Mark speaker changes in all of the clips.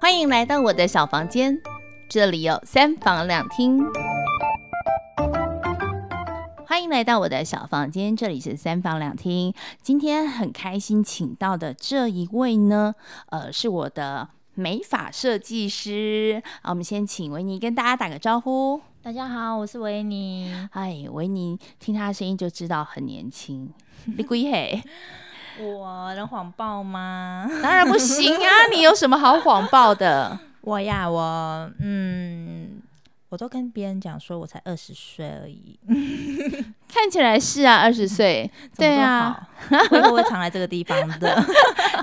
Speaker 1: 欢迎来到我的小房间，这里有三房两厅。欢迎来到我的小房间，这里是三房两厅。今天很开心请到的这一位呢，呃，是我的美发设计师。啊，我们先请维尼跟大家打个招呼。
Speaker 2: 大家好，我是维尼。
Speaker 1: 哎，维尼听他的声音就知道很年轻，你鬼嘿？
Speaker 2: 我能谎报吗？
Speaker 1: 当然不行啊！你有什么好谎报的？
Speaker 2: 我呀，我嗯，我都跟别人讲说我才二十岁而已，
Speaker 1: 看起来是啊，二十岁，
Speaker 2: 怎么
Speaker 1: 对
Speaker 2: 这么
Speaker 1: 啊，
Speaker 2: 好， 我以为我会常来这个地方的。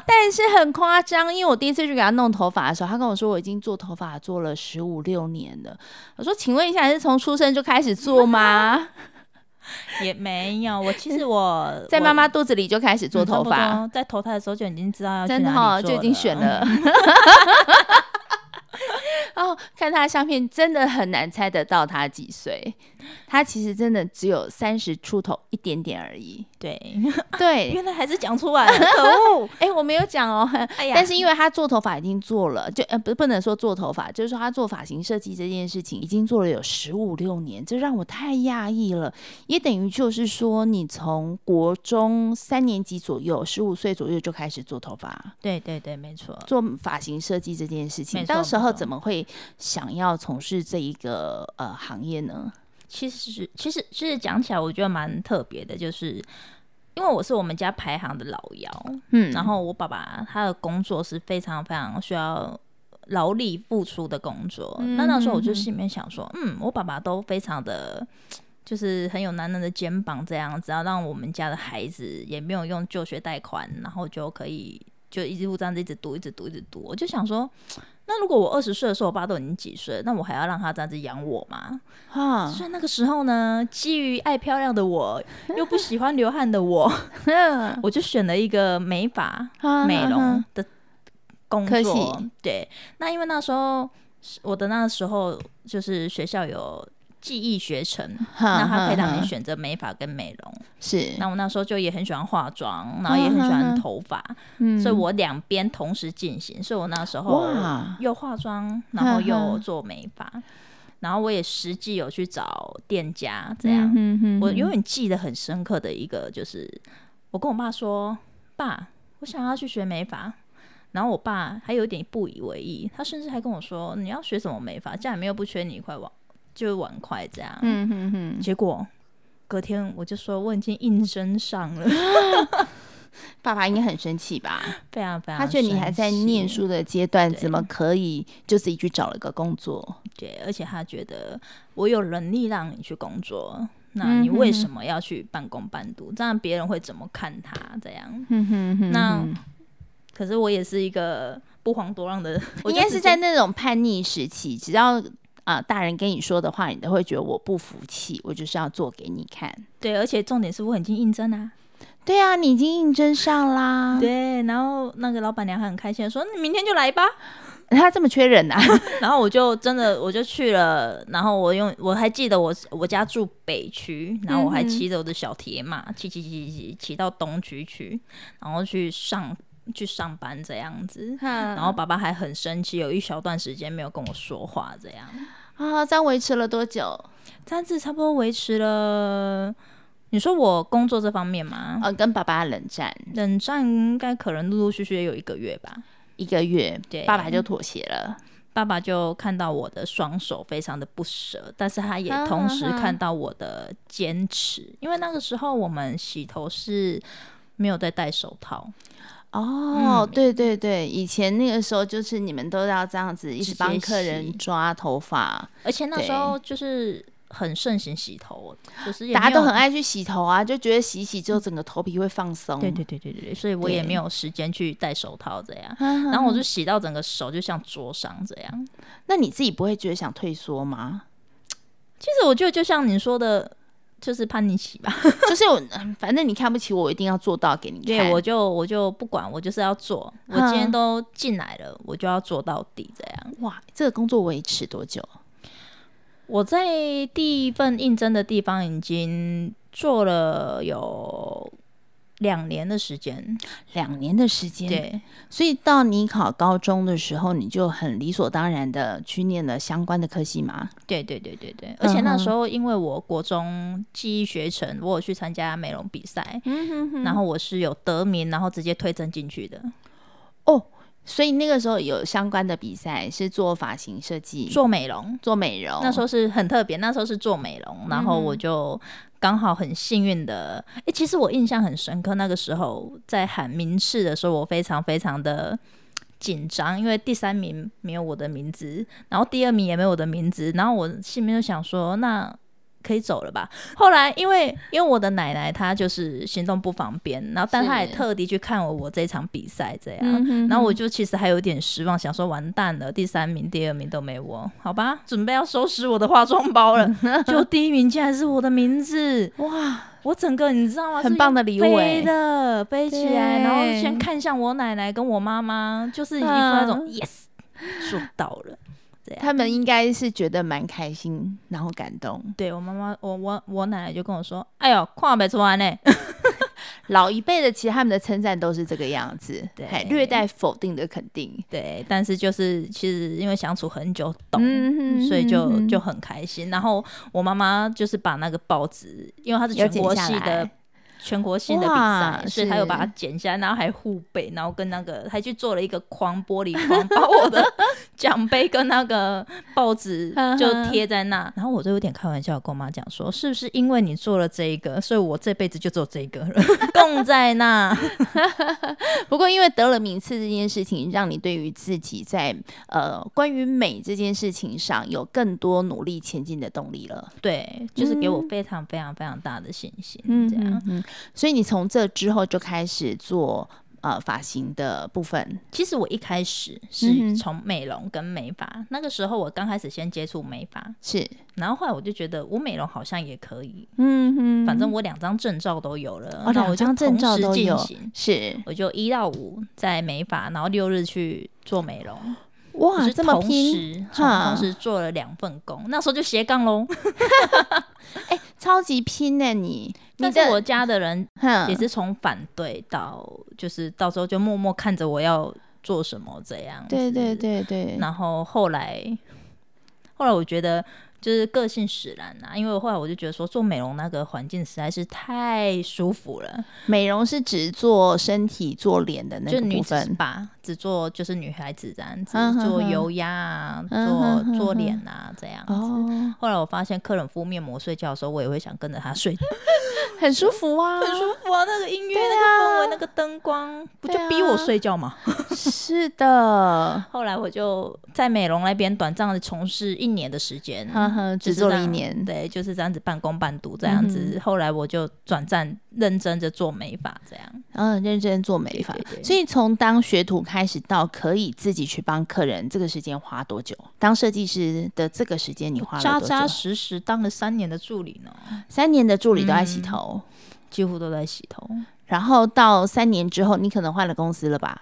Speaker 1: 但是很夸张。因为我第一次去给他弄头发的时候，他跟我说我已经做头发做了十五六年了。我说，请问一下，你是从出生就开始做吗？
Speaker 2: 也没有，我其实我
Speaker 1: 在妈
Speaker 2: 我
Speaker 1: 妈肚子里就开始做头
Speaker 2: 嗯差不
Speaker 1: 发？
Speaker 2: 多在投胎的时候就已经知道要去
Speaker 1: 真的
Speaker 2: 哪
Speaker 1: 哦，
Speaker 2: 里做嗯
Speaker 1: 就已经选了。 哦，看他的相片真的很难猜得到他几岁，他其实真的只有三十出头一点点而已。
Speaker 2: 对，
Speaker 1: 对，
Speaker 2: 原来还是讲出来了，可 恶！
Speaker 1: 哎、我没有讲哦，
Speaker 2: 哎呀，
Speaker 1: 但是因为他做头发已经做了，就呃不不能说做头发，就是说他做发型设计这件事情已经做了有十五六年，这让我太讶异了。也等于就是说，你从国中三年级左右，十五岁左右就开始做头发，
Speaker 2: 对对对，没错，
Speaker 1: 做发型设计这件事情，
Speaker 2: 没错
Speaker 1: 当时
Speaker 2: 没
Speaker 1: 候
Speaker 2: 错
Speaker 1: 怎么会想要从事这一个呃行业呢？
Speaker 2: 其实是其实其实讲起来，我觉得蛮特别的，就是因为我是我们家排行的老幺，
Speaker 1: 嗯，
Speaker 2: 然后我爸爸他的工作是非常非常需要劳力付出的工作。
Speaker 1: 嗯
Speaker 2: 那那时候我
Speaker 1: 哼
Speaker 2: 就
Speaker 1: 哼
Speaker 2: 心里面想说，嗯，我爸爸都非常的。就是很有男人的肩膀这样子，然后让我们家的孩子也没有用就学贷款，然后就可以就一路这样子一直读，一直读，一直读。我就想说，那如果我二十岁的时候，我爸都已经几岁了，那我还要让他这样子养我吗？
Speaker 1: 哈，
Speaker 2: 所以那个时候呢，基于爱漂亮的我，又不喜欢流汗的我，
Speaker 1: 嗯
Speaker 2: 我就选了一个美发、美容的工
Speaker 1: 科
Speaker 2: 作
Speaker 1: 系。
Speaker 2: 对，那因为那时候我的那时候就是学校有技艺学程，
Speaker 1: 哈，
Speaker 2: 那它可以让
Speaker 1: 哈
Speaker 2: 你，选择美发跟美容。
Speaker 1: 嗯是，
Speaker 2: 那我那时候就也很喜欢化妆，然后也很喜
Speaker 1: 嗯嗯
Speaker 2: 欢
Speaker 1: 嗯
Speaker 2: 头发，
Speaker 1: 嗯
Speaker 2: 所以我两边同时进行，所以我那时候
Speaker 1: 哇，嗯
Speaker 2: 又化妆，然后
Speaker 1: 哼
Speaker 2: 又
Speaker 1: 哼
Speaker 2: 做美发，然后我也实际有去找店家这样。
Speaker 1: 嗯哼
Speaker 2: 我
Speaker 1: 哼
Speaker 2: 永远记得很深刻的一个就是，我跟我爸说：“爸，我想要去学美发。”然后我爸还有点不以为意，他甚至还跟我说：“你要学什么美发？家里面又不缺你一块碗，就是碗筷这样。
Speaker 1: 嗯哼哼。
Speaker 2: 结果隔天我就说我已经应征上了，
Speaker 1: 爸爸应该很生气吧？
Speaker 2: 非常非常。
Speaker 1: 他觉得你还在念，书的阶段，
Speaker 2: 对
Speaker 1: 怎么可以就自己去找了个工作？
Speaker 2: 对，而且他觉得我有能力让你去工作，那你
Speaker 1: 嗯哼
Speaker 2: 为
Speaker 1: 哼
Speaker 2: 什么要去半工半读？这样别人会怎么看他？这样？
Speaker 1: 嗯那
Speaker 2: 可是我也是一个不遑多让的， 我
Speaker 1: 应
Speaker 2: 就
Speaker 1: 该
Speaker 2: 直
Speaker 1: 是
Speaker 2: 接
Speaker 1: 在那种叛逆时期，只要啊、大人跟你说的话，你都会觉得我不服气，我就是要做给你看。
Speaker 2: 对，而且重点是我已经应征啊，
Speaker 1: 对啊，你已经应征上啦。
Speaker 2: 对，然后那个老板娘还很开心地说嗯你明天就来吧，
Speaker 1: 他这么缺人 啊？
Speaker 2: 然后我就真的我就去了，然后我用我还记得我我家住北区，然后我还
Speaker 1: 嗯哼
Speaker 2: 骑着我的小铁马骑骑骑骑骑到东区去，然后去上去上班这样子。然
Speaker 1: 然
Speaker 2: 后爸爸还很生气，有一小段时间没有跟我说话，这样，
Speaker 1: 啊，这样维持了多久？
Speaker 2: 这样子差不多维持了。你说我工作这方面吗？
Speaker 1: 呃，跟爸爸冷战
Speaker 2: 冷战应该可能陆陆续续也有一个月吧。
Speaker 1: 一个月，
Speaker 2: 对
Speaker 1: 爸爸就妥协了。
Speaker 2: 爸爸就看到我的双手非常的不舍，但是他也同时看到我的坚持，因为那个时候我们洗头是没有在戴手套，嗯
Speaker 1: 哦，对对对，以前那个时候就是你们都要这样子，一直
Speaker 2: 直接
Speaker 1: 帮客人
Speaker 2: 洗
Speaker 1: 抓头发，
Speaker 2: 而且那时候就是很盛行洗头，就是也
Speaker 1: 大
Speaker 2: 没
Speaker 1: 家
Speaker 2: 有嗯
Speaker 1: 都很爱去洗头啊，就觉得洗一洗之后整个头皮会放松。
Speaker 2: 对对对对对对，所以我也
Speaker 1: 对
Speaker 2: 没有时间去戴手套这样。
Speaker 1: 然
Speaker 2: 然后我就洗到整个手就像灼伤这样。
Speaker 1: 那你自己不会觉得想退缩吗？
Speaker 2: 其实我觉得就像你说的，就是叛逆期吧。
Speaker 1: 就是我，嗯反正你看不起我，我一定要做到给你看。
Speaker 2: 对，我就我就不管，我就是要做。我今
Speaker 1: 嗯
Speaker 2: 天都进来了，我就要做到底。这样，
Speaker 1: 哇，这个工作维持多久？
Speaker 2: 我在第一份应征的地方已经做了有两年的时间，
Speaker 1: 两年的时间，，
Speaker 2: 对
Speaker 1: 所以到你考高中的时候，你就很理所当然的去念了相关的科系嘛。
Speaker 2: 对对对对对，而且那
Speaker 1: 嗯哼
Speaker 2: 时候因为我国中记忆学程，我有去参加美容比赛，
Speaker 1: 嗯哼
Speaker 2: 然后我是有得名，然后直接推甄进去的，
Speaker 1: 哦，所以那个时候有相关的比赛是做发型设计，
Speaker 2: 做美容。
Speaker 1: 做美容。
Speaker 2: 那时候是很特别，那时候是做美容，然后我
Speaker 1: 嗯
Speaker 2: 就刚好很幸运的，诶、其实我印象很深刻，那个时候在喊名次的时候，我非常非常的紧张，因为第三名没有我的名字，然后第二名也没有我的名字，然后我心里面就想说，那。可以走了吧？后来因为因为我的奶奶她就是行动不方便，然后但
Speaker 1: 是
Speaker 2: 她也特地去看我我这场比赛这样，
Speaker 1: 嗯哼
Speaker 2: 然后我就其实还有点失望，想说完蛋了，第三名、第二名都没我，好吧，准备要收拾我的化妆包了， 就第一名竟然是我的名字，
Speaker 1: 哇，
Speaker 2: 我整个你知道吗？
Speaker 1: 很棒的礼物哎、
Speaker 2: 飞的飞起来，然后
Speaker 1: 对
Speaker 2: 先看向我奶奶跟我妈妈，就是一副那
Speaker 1: 嗯
Speaker 2: 种、yes 做到了，这样。
Speaker 1: 他们应该是觉得蛮开心，然后感动。
Speaker 2: 对我妈妈，我我我奶奶就跟我说：“哎呦，看不出来呢。
Speaker 1: 老一辈的其实他们的称赞都是这个样子，
Speaker 2: 对
Speaker 1: 还略带否定的肯定”。
Speaker 2: 对，但是就是其实因为相处很久，懂，
Speaker 1: 嗯哼
Speaker 2: 所以就
Speaker 1: 嗯
Speaker 2: 就
Speaker 1: 哼
Speaker 2: 很开心。然后我妈妈就是把那个报纸，因为它是
Speaker 1: 有
Speaker 2: 全
Speaker 1: 剪
Speaker 2: 国
Speaker 1: 下
Speaker 2: 系的
Speaker 1: 来
Speaker 2: 全国性的比
Speaker 1: 哇
Speaker 2: 赛，所以她有把它
Speaker 1: 是
Speaker 2: 剪下来，然后还护背，然后跟那个还去做了一个框玻璃框，把我的 奖杯跟那个报 纸
Speaker 1: 嗯
Speaker 2: 就贴在那。然后我就有点开玩笑跟我妈讲说，是不是因为你做了这一个，所以我这辈子就做这一个了， 供在那。
Speaker 1: 不过因为得了名次这件事情，让你对于自己在呃关于美这件事情上有更多努力前进的动力了。
Speaker 2: 对，就是给我
Speaker 1: 嗯
Speaker 2: 非常非常非常大的信心，
Speaker 1: 嗯，
Speaker 2: 这样。
Speaker 1: 嗯嗯，所以你从这之后就开始做呃发型的部分，
Speaker 2: 其实我一开始
Speaker 1: 嗯
Speaker 2: 是
Speaker 1: 哼
Speaker 2: 从美容跟美发，那个时候我刚开始先接触美发，
Speaker 1: 是，
Speaker 2: 然后后来我就觉得我美容好像也可以，
Speaker 1: 嗯
Speaker 2: 反正我两张证照都有了，
Speaker 1: 哦
Speaker 2: 那
Speaker 1: 两
Speaker 2: 我就
Speaker 1: 张证
Speaker 2: 同
Speaker 1: 照
Speaker 2: 时
Speaker 1: 都
Speaker 2: 进
Speaker 1: 有
Speaker 2: 行
Speaker 1: 是
Speaker 2: 我就一到五在美发，然后六日去做美容，我
Speaker 1: 哇
Speaker 2: 是
Speaker 1: 这么
Speaker 2: 同
Speaker 1: 拼，
Speaker 2: 时从
Speaker 1: 哈
Speaker 2: 同时做了两份工，那时候就斜杠喽。
Speaker 1: 超级拼呢、你，你
Speaker 2: 但是
Speaker 1: 的嗯
Speaker 2: 我家的人
Speaker 1: 哼
Speaker 2: 也是从反对到，就是到时候就默默看着我要做什么这样子。
Speaker 1: 对对对对，
Speaker 2: 然后后来，后来我觉得就是个性使然啊，因为我后来我就觉得说做美容那个环境实在是太舒服了，
Speaker 1: 美容是只做身体做脸的那
Speaker 2: 就
Speaker 1: 个
Speaker 2: 女
Speaker 1: 部
Speaker 2: 子
Speaker 1: 分，
Speaker 2: 吧，只做就是女孩子这样子，
Speaker 1: 嗯哼
Speaker 2: 做
Speaker 1: 哼
Speaker 2: 油压啊，
Speaker 1: 嗯
Speaker 2: 做、
Speaker 1: 哼哼
Speaker 2: 做
Speaker 1: 哼
Speaker 2: 脸啊这样子。
Speaker 1: 哦，
Speaker 2: 后来我发现客人敷面膜睡觉的时候，我也会想跟着他睡觉，
Speaker 1: 很舒服啊，
Speaker 2: 很舒服啊，那个音乐、
Speaker 1: 对
Speaker 2: 那个氛
Speaker 1: 啊
Speaker 2: 围、那个灯光，不就
Speaker 1: 对
Speaker 2: 逼我
Speaker 1: 啊
Speaker 2: 睡觉吗？
Speaker 1: 是 的，
Speaker 2: 后来我就在美容那边短暂的从事一年的时间，
Speaker 1: 呵呵
Speaker 2: 嗯就是
Speaker 1: 只做了
Speaker 2: 这样
Speaker 1: 一年
Speaker 2: 对，就是这样子半工半读这样子。
Speaker 1: 嗯
Speaker 2: 后来我就转战认真的做美发，这样
Speaker 1: 嗯，认真做美发
Speaker 2: 对对对。
Speaker 1: 所以从当学徒开始到可以自己去帮客人，这个时间花多久？当设计师的这个时间你花了多
Speaker 2: 扎
Speaker 1: 久？啊
Speaker 2: 扎实实当了三年的助理呢，
Speaker 1: 三年的助理都在
Speaker 2: 嗯
Speaker 1: 洗头，
Speaker 2: 几乎都在洗头。
Speaker 1: 然后到三年之后，你可能换了公司了吧？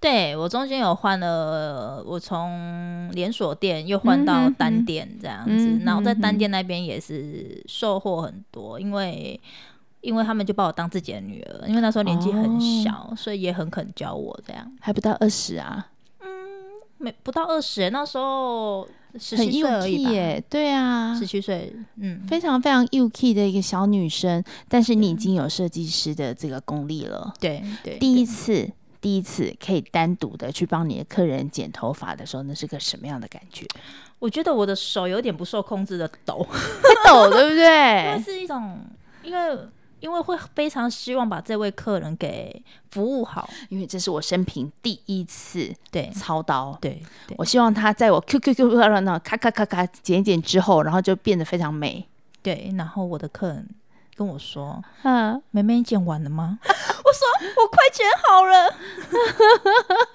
Speaker 2: 对我中间有换了，我从连锁店又换到
Speaker 1: 嗯哼
Speaker 2: 单
Speaker 1: 哼
Speaker 2: 店这样子，
Speaker 1: 嗯哼
Speaker 2: 然后在单
Speaker 1: 哼
Speaker 2: 店那边也是收获很多，因为因为他们就把我当自己的女儿，因为那时候年纪很
Speaker 1: 哦
Speaker 2: 小，所以也很肯教我这样。
Speaker 1: 还不到二十啊，
Speaker 2: 没不到二十，那时候十
Speaker 1: 很
Speaker 2: 七岁而
Speaker 1: UK
Speaker 2: 已吧，
Speaker 1: 耶，对啊
Speaker 2: 十，七岁，嗯，
Speaker 1: 非常非常 UK 的一个小女生，但是你已经有设计师的这个功力了。
Speaker 2: 对啊对，
Speaker 1: 第
Speaker 2: 对
Speaker 1: 一次，第一次可以单独的去帮你的客人剪头发的时候，那是个什么样的感觉？
Speaker 2: 我觉得我的手有点不受控制的抖，
Speaker 1: 抖，对不
Speaker 2: 因为
Speaker 1: 对？
Speaker 2: 是一种，因为因为会非常希望把这位客人给服务好，
Speaker 1: 因为这是我生平第一次
Speaker 2: 对
Speaker 1: 操刀，
Speaker 2: 对对
Speaker 1: 我希望它在我 Q Q Q Q 那咔咔咔咔剪一剪之后，然后就变得非常美。
Speaker 2: 对，然后我的客人跟我说
Speaker 1: 嗯，：“
Speaker 2: 妹妹，你剪完了吗？” 我说：“我快剪好了。”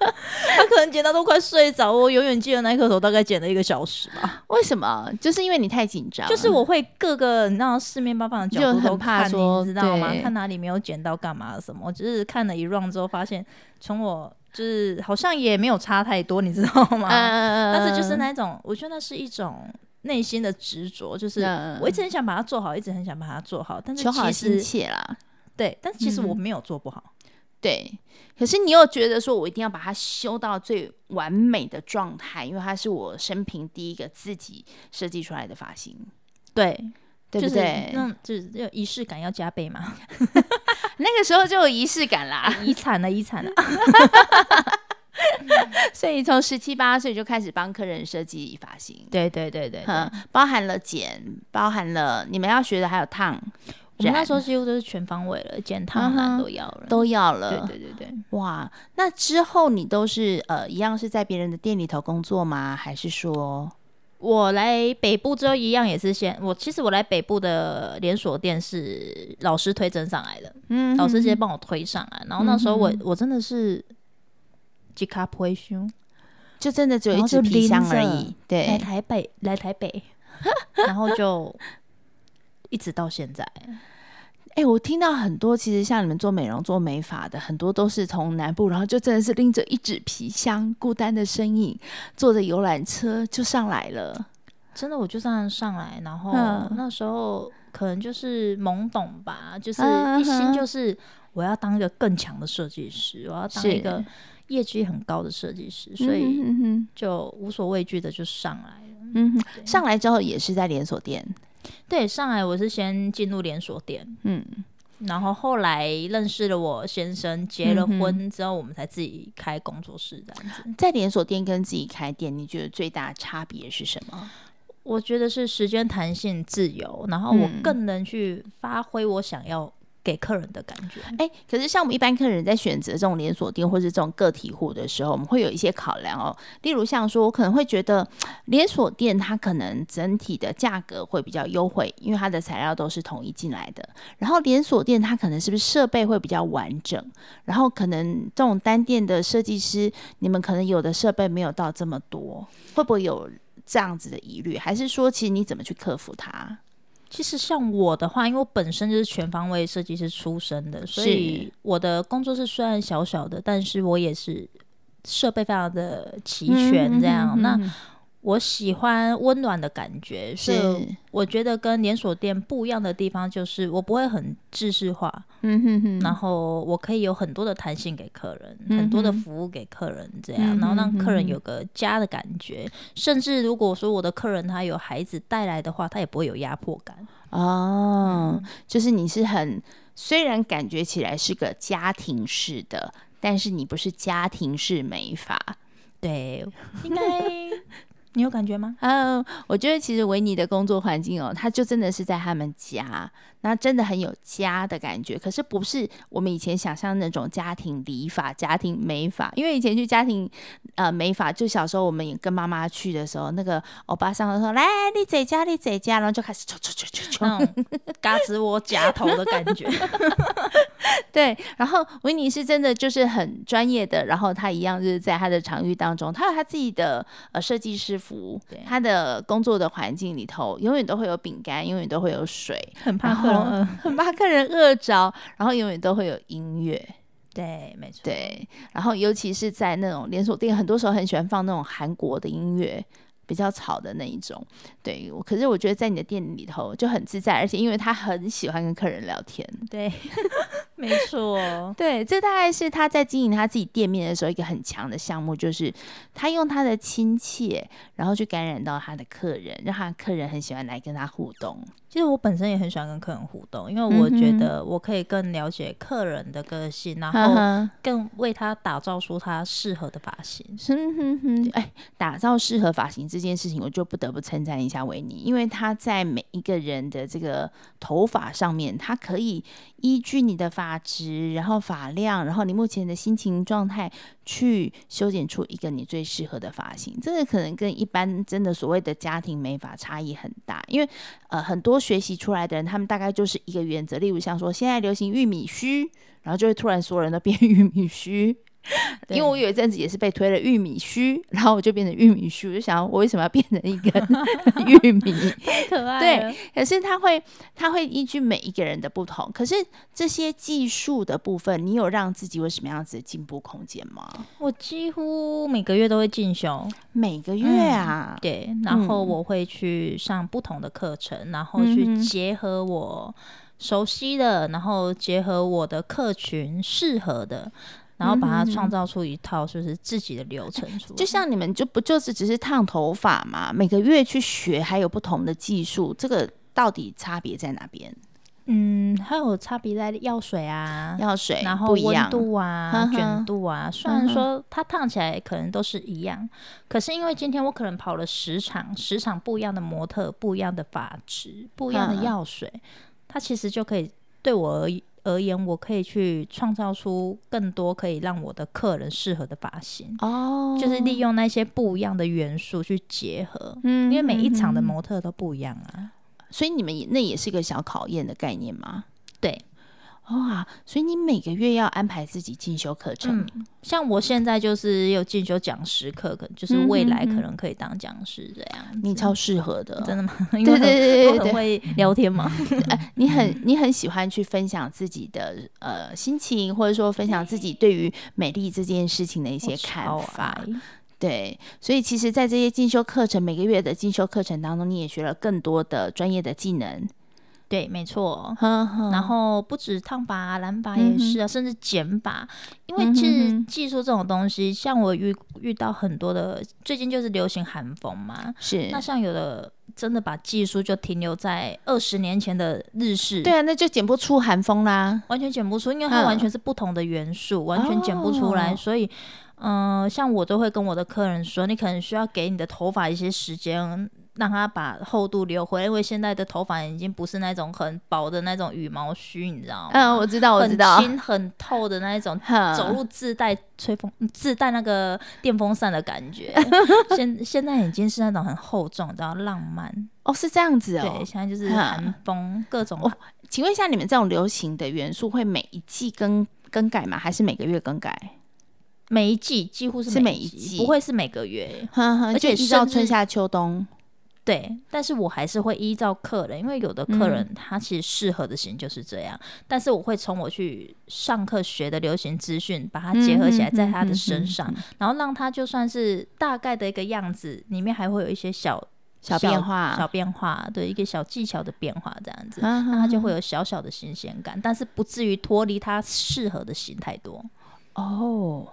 Speaker 2: 他可能剪到都快睡着，我永远记得那一刻头大概剪了一个小时吧。
Speaker 1: 为什么？就是因为你太紧张，
Speaker 2: 就是我会各个你知道四面八方的角度
Speaker 1: 啊就
Speaker 2: 都
Speaker 1: 很怕
Speaker 2: 看，
Speaker 1: 说
Speaker 2: 你知道吗？
Speaker 1: 对
Speaker 2: 看哪里没有剪到干嘛什么，就是看了一 round 之后发现，从我就是好像也没有差太多，你知道吗？
Speaker 1: 嗯，
Speaker 2: 但是就是那种，我觉得那是一种内心的执着，就是
Speaker 1: 嗯
Speaker 2: 我一直很想把它做好，一直很想把它做好，但是
Speaker 1: 求好
Speaker 2: 其
Speaker 1: 心
Speaker 2: 实
Speaker 1: 切啦。
Speaker 2: 对，但其实我
Speaker 1: 嗯
Speaker 2: 没有做不好，
Speaker 1: 对，可是你又觉得说我一定要把它修到最完美的状态，因为它是我生平第一个自己设计出来的发型，
Speaker 2: 对，
Speaker 1: 对不对？
Speaker 2: 就是那种就是那种仪式感要加倍嘛，
Speaker 1: 那个时候就有仪式感 啦，
Speaker 2: 遗产了，遗产了，啊
Speaker 1: 所以从十七八岁就开始帮客人设计发型，
Speaker 2: 对对对对，对
Speaker 1: 嗯，包含了剪，包含了你们要学的还有烫，
Speaker 2: 我们那
Speaker 1: 染
Speaker 2: 时候几乎都是全方位了，剪烫
Speaker 1: 嗯
Speaker 2: 染
Speaker 1: 哼
Speaker 2: 都要了，
Speaker 1: 都要
Speaker 2: 对
Speaker 1: 了。
Speaker 2: 对对对，
Speaker 1: 哇，那之后你都是呃一样是在别人的店里头工作吗？还是说
Speaker 2: 我来北部之后，一样也是先我其实我来北部的连锁店是老师推甄上来的，
Speaker 1: 嗯
Speaker 2: 老师直接帮我推上来。然后那时候我、我真的是吉卡不会凶，
Speaker 1: 就哎真的只有
Speaker 2: 然
Speaker 1: 一
Speaker 2: 后
Speaker 1: 只
Speaker 2: 就
Speaker 1: 皮箱
Speaker 2: 拎
Speaker 1: 而
Speaker 2: 着
Speaker 1: 已？
Speaker 2: 来
Speaker 1: 对，
Speaker 2: 台北来台北，哎 然后就一直到现在。
Speaker 1: 哎、我听到很多，其实像你们做美容、做美发的，很多都是从南部，然后就真的是拎着一纸皮箱，孤单的身影，坐着游览车就上来了。
Speaker 2: 真的，我就这样上来，然后
Speaker 1: 嗯
Speaker 2: 那时候可能就是懵懂吧，就是
Speaker 1: 嗯
Speaker 2: 一心
Speaker 1: 哼
Speaker 2: 就是我要当一个更强的设计师，我要当一
Speaker 1: 是
Speaker 2: 个业绩很高的设计师，所
Speaker 1: 嗯
Speaker 2: 以
Speaker 1: 哼嗯
Speaker 2: 就无所畏惧的就上来了。
Speaker 1: 哼嗯哼
Speaker 2: 对
Speaker 1: 上来之后也是在连锁店，
Speaker 2: 对，上来我是先进入连锁店，
Speaker 1: 嗯，
Speaker 2: 然后后来认识了我先生，结了
Speaker 1: 嗯哼
Speaker 2: 婚之后，我们才自己开工作室这样子。
Speaker 1: 在连锁店跟自己开店，你觉得最大的差别是什么？
Speaker 2: 我觉得是时间弹性自由，然后我
Speaker 1: 嗯
Speaker 2: 更能去发挥我想要给客人的感觉。
Speaker 1: 哎、可是像我们一般客人在选择这种连锁店或是这种个体户的时候，我们会有一些考量哦。例如像说，我可能会觉得连锁店它可能整体的价格会比较优惠，因为它的材料都是统一进来的。然后连锁店它可能是不是设备会比较完整，然后可能这种单店的设计师，你们可能有的设备没有到这么多，会不会有这样子的疑虑？还是说，其实你怎么去克服它？
Speaker 2: 其实像我的话，因为我本身就是全方位设计师出身的，所以我的工作室虽然小小的，但是我也是设备非常的齐全。这样，那我喜欢温暖的感觉，所以
Speaker 1: 是，
Speaker 2: 我觉得跟连锁店不一样的地方就是，我不会很制式化，
Speaker 1: 嗯哼哼
Speaker 2: 然后我可以有很多的弹性给客人，
Speaker 1: 嗯哼
Speaker 2: 很多的服务给客人，这样，
Speaker 1: 嗯哼
Speaker 2: 然后让客人
Speaker 1: 嗯哼
Speaker 2: 有个家的感觉。甚至如果说我的客人他有孩子带来的话，他也不会有压迫感。
Speaker 1: 哦，就是你是很，虽然感觉起来是个家庭式的，但是你不是家庭式美发。
Speaker 2: 对，应该你有感 觉吗？
Speaker 1: 嗯，我觉得其实维尼的工作环境哦，他就真的是在他们家，那真的很有家的感觉。可是不是我们以前想象那种家庭理发、家庭美发，因为以前去家庭呃美发，就小时候我们也跟妈妈去的时候，那个欧巴桑都说来你这家你这家，然后就开始冲冲冲冲冲。
Speaker 2: 那种嘎吱窝夹头的感觉，
Speaker 1: 对，然后维尼是真的就是很专业的，然后他一样就是在他的场域当中，他有他自己的呃设计师服
Speaker 2: 对，
Speaker 1: 他的工作的环境里头永远都会有饼干，永远都会有水，
Speaker 2: 很怕
Speaker 1: 然
Speaker 2: 客人
Speaker 1: 后嗯
Speaker 2: 饿。
Speaker 1: 很怕客人饿着，然后永远都会有音乐。
Speaker 2: 对，没错。
Speaker 1: 对，然后尤其是在那种连锁店，很多时候很喜欢放那种韩国的音乐，比较吵的那一种。对，我可是我觉得在你的店里头就很自在，而且因为他很喜欢跟客人聊天。
Speaker 2: 对，没错。
Speaker 1: 对，这大概是他在经营他自己店面的时候一个很强的项目，就是他用他的亲切，然后去感染到他的客人，让他的客人很喜欢来跟他互动。
Speaker 2: 其实我本身也很喜欢跟客人互动，因
Speaker 1: 嗯
Speaker 2: 为我觉
Speaker 1: 哼
Speaker 2: 得我可以更了解客人的个性，然
Speaker 1: 哈
Speaker 2: 后
Speaker 1: 哈，
Speaker 2: 更为他打造出他适合的发型。
Speaker 1: 哼哼哼，哎，打造适合发型这件事情，我就不得不称赞一下维尼，因为他在每一个人的这个头发上面，他可以依据你的发质，然后发量，然后你目前的心情状态，去修剪出一个你最适合的发型。这个可能跟一般真的所谓的家庭美发差异很大，因为呃，很多学习出来的人，他们大概就是一个原则，例如像说现在流行玉米须，然后就会突然所有人都变玉米须。因为我有一阵子也是被推了玉米须，然后我就变成玉米须，我就想我为什么要变成一 根玉米？
Speaker 2: 可爱
Speaker 1: 对，可是它会，它会依据每一个人的不同。可是这些技术的部分，你有让自己有什么样子的进步空间吗？
Speaker 2: 我几乎每个月都会进修，
Speaker 1: 每个月
Speaker 2: 嗯
Speaker 1: 啊，
Speaker 2: 对，然后
Speaker 1: 嗯
Speaker 2: 我会去上不同的课程，然后
Speaker 1: 嗯
Speaker 2: 去
Speaker 1: 哼
Speaker 2: 结合我熟悉的，然后结合我的客群适合的，然后把它创造出一套就是自己的流程出来。
Speaker 1: 嗯就像你们就不就是只是烫头发嘛，每个月去学，还有不同的技术，这个到底差别在哪边？
Speaker 2: 嗯，还有差别在药水啊，
Speaker 1: 药水
Speaker 2: 然后
Speaker 1: 不一
Speaker 2: 温
Speaker 1: 样，
Speaker 2: 度啊
Speaker 1: 呵、呵
Speaker 2: 卷度啊，虽然
Speaker 1: 嗯哼
Speaker 2: 说它烫起来可能都是一样，可是因为今天我可能跑了十场，十场不一样的模特、不一样的发质、不一样的
Speaker 1: 嗯
Speaker 2: 药水，它其实就可以对我而而言，我可以去创造出更多可以让我的客人适合的发型，
Speaker 1: 哦，
Speaker 2: 就是利用那些不一样的元素去结合，
Speaker 1: 嗯
Speaker 2: 因为每一场的
Speaker 1: 嗯嗯
Speaker 2: 模特都不一样啊。
Speaker 1: 所以你们也那也是个小考验的概念吗？
Speaker 2: 对，
Speaker 1: 哇，所以你每个月要安排自己进修课程，
Speaker 2: 嗯，像我现在就是有进修讲师课，可就是未来
Speaker 1: 嗯哼
Speaker 2: 可
Speaker 1: 哼
Speaker 2: 能可以当讲师这样子。
Speaker 1: 你超适合的，
Speaker 2: 真的 吗？
Speaker 1: 对
Speaker 2: 因为
Speaker 1: 对对嗯
Speaker 2: 很
Speaker 1: 对
Speaker 2: 我
Speaker 1: 对
Speaker 2: 很
Speaker 1: 对，
Speaker 2: 会聊天嘛。
Speaker 1: 哎你很你很喜欢去分享自己的呃心情，或者说分享自己对于美丽这件事情的一些
Speaker 2: 我
Speaker 1: 看
Speaker 2: 超
Speaker 1: 法
Speaker 2: 爱。
Speaker 1: 对，所以其实，在这些进修课程每个月的进修课程当中，你也学了更多的专业的技能。
Speaker 2: 对，没错。
Speaker 1: 哼嗯哼
Speaker 2: 然后不止烫发、啊、染发
Speaker 1: 嗯
Speaker 2: 也
Speaker 1: 哼
Speaker 2: 是啊，甚至剪发，因为
Speaker 1: 嗯哼
Speaker 2: 其实
Speaker 1: 哼
Speaker 2: 技术这种东西，像我遇遇到很多的，最近就是流行韩风嘛。
Speaker 1: 是
Speaker 2: 那像有的真的把技术就停留在二十年前的日式，
Speaker 1: 对啊，那就剪不出韩风啦。
Speaker 2: 完全剪不出，因为它完
Speaker 1: 嗯
Speaker 2: 全是不同的元素，完全剪不出来。
Speaker 1: 哦
Speaker 2: 所以，嗯、像我都会跟我的客人说，你可能需要给你的头发一些时间，让它把厚度留回来，因为现在的头发已经不是那种很薄的那种羽毛须，你知道吗？
Speaker 1: 嗯，我知道，我知道嗯
Speaker 2: 很。轻很透的那 一种，
Speaker 1: 哼
Speaker 2: 走路自带吹风、嗯自带那个电风扇的感 觉。现现在已经是那种很厚重，你知道浪漫。
Speaker 1: 哦，是这样子哦
Speaker 2: 对，。现在就是
Speaker 1: 哼
Speaker 2: 韩风各种
Speaker 1: 哦请问一下，你们这种流行的元素会每一季更更改吗？还是每个月更改？
Speaker 2: 每一季几乎是
Speaker 1: 是每
Speaker 2: 每
Speaker 1: 一季
Speaker 2: 不会是每个月。
Speaker 1: 哼哼，
Speaker 2: 而且
Speaker 1: 就依照
Speaker 2: 甚至
Speaker 1: 春夏秋冬。
Speaker 2: 对，但是我还是会依照客人，因为有的客人他其实适合的型就是这样，但是我会从我去上课学的流行资讯，把它结合起来
Speaker 1: 嗯哼
Speaker 2: 在他
Speaker 1: 嗯
Speaker 2: 的
Speaker 1: 哼
Speaker 2: 身上，然后让他就算是大概的一个样子，里面还会有一些小
Speaker 1: 小变化
Speaker 2: 小变化，对，一个小技巧的变化这样子，
Speaker 1: 嗯
Speaker 2: 那他就会有小小的新鲜感，但是不至于脱离他适合的型太多。
Speaker 1: 哦，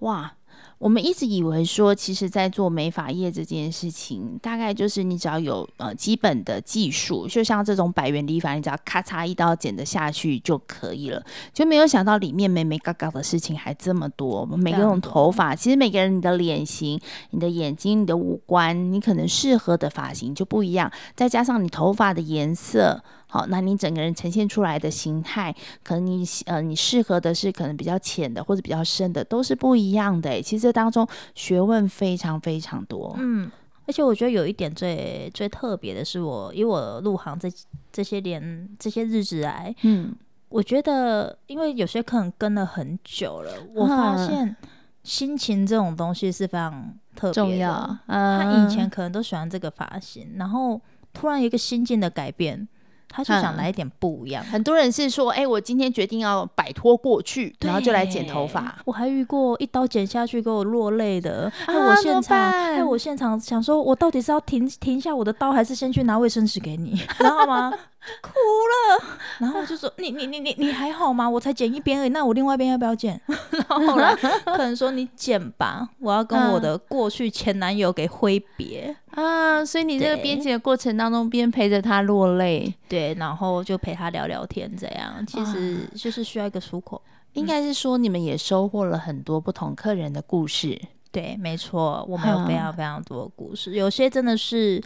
Speaker 1: 哇！我们一直以为说，其实，在做美发业这件事情，大概就是你只要有呃基本的技术，就像这种百元理发，你只要咔嚓一刀剪得下去就可以了，就没有想到里面美美嘎嘎的事情还这么多。每个
Speaker 2: 非常
Speaker 1: 人
Speaker 2: 多
Speaker 1: 头发，其实每个人你的脸型、你的眼睛、你的五官，你可能适合的发型就不一样，再加上你头发的颜色，好，那你整个人呈现出来的形态，可能你喜呃你适合的是可能比较浅的或者比较深的，都是不一样的欸。其实这当中学问非常非常多。
Speaker 2: 嗯，而且我觉得有一点最最特别的是我，因为我入行这这些年这些日子来，
Speaker 1: 嗯，
Speaker 2: 我觉得因为有些客人跟了很久了，我发
Speaker 1: 嗯
Speaker 2: 现心情这种东西是非常特别的
Speaker 1: 重要。嗯，
Speaker 2: 他以前可能都喜欢这个发型，然后突然有一个心境的改变，他就想
Speaker 1: 嗯
Speaker 2: 来一点不一样。
Speaker 1: 很多人是说，哎、我今天决定要摆脱过去，然后就来剪头
Speaker 2: 对
Speaker 1: 发。。
Speaker 2: 我还遇过一刀剪下去给我落泪的，害、
Speaker 1: 啊
Speaker 2: 我
Speaker 1: 怎么
Speaker 2: 现场，
Speaker 1: 办
Speaker 2: 害我现场想说，我到底是要停停下我的刀，还是先去拿卫生纸给你， 知道吗？哭了，然后我就说你你你你你还好吗？我才剪一边而已，那我另外一边要不要剪？ 然后后来可能说你剪吧，我要跟我的过去前男友给挥别，
Speaker 1: 啊，所以你这个
Speaker 2: 对
Speaker 1: 编辑的过程当中，边陪着他落泪，
Speaker 2: 对，然后就陪他聊聊天，这样其实就是需要一个出口。
Speaker 1: 应该是说你们也收获了很多不同客人的故事。
Speaker 2: 对，没错，我们有非
Speaker 1: 嗯
Speaker 2: 常非常多的故事，有些真的是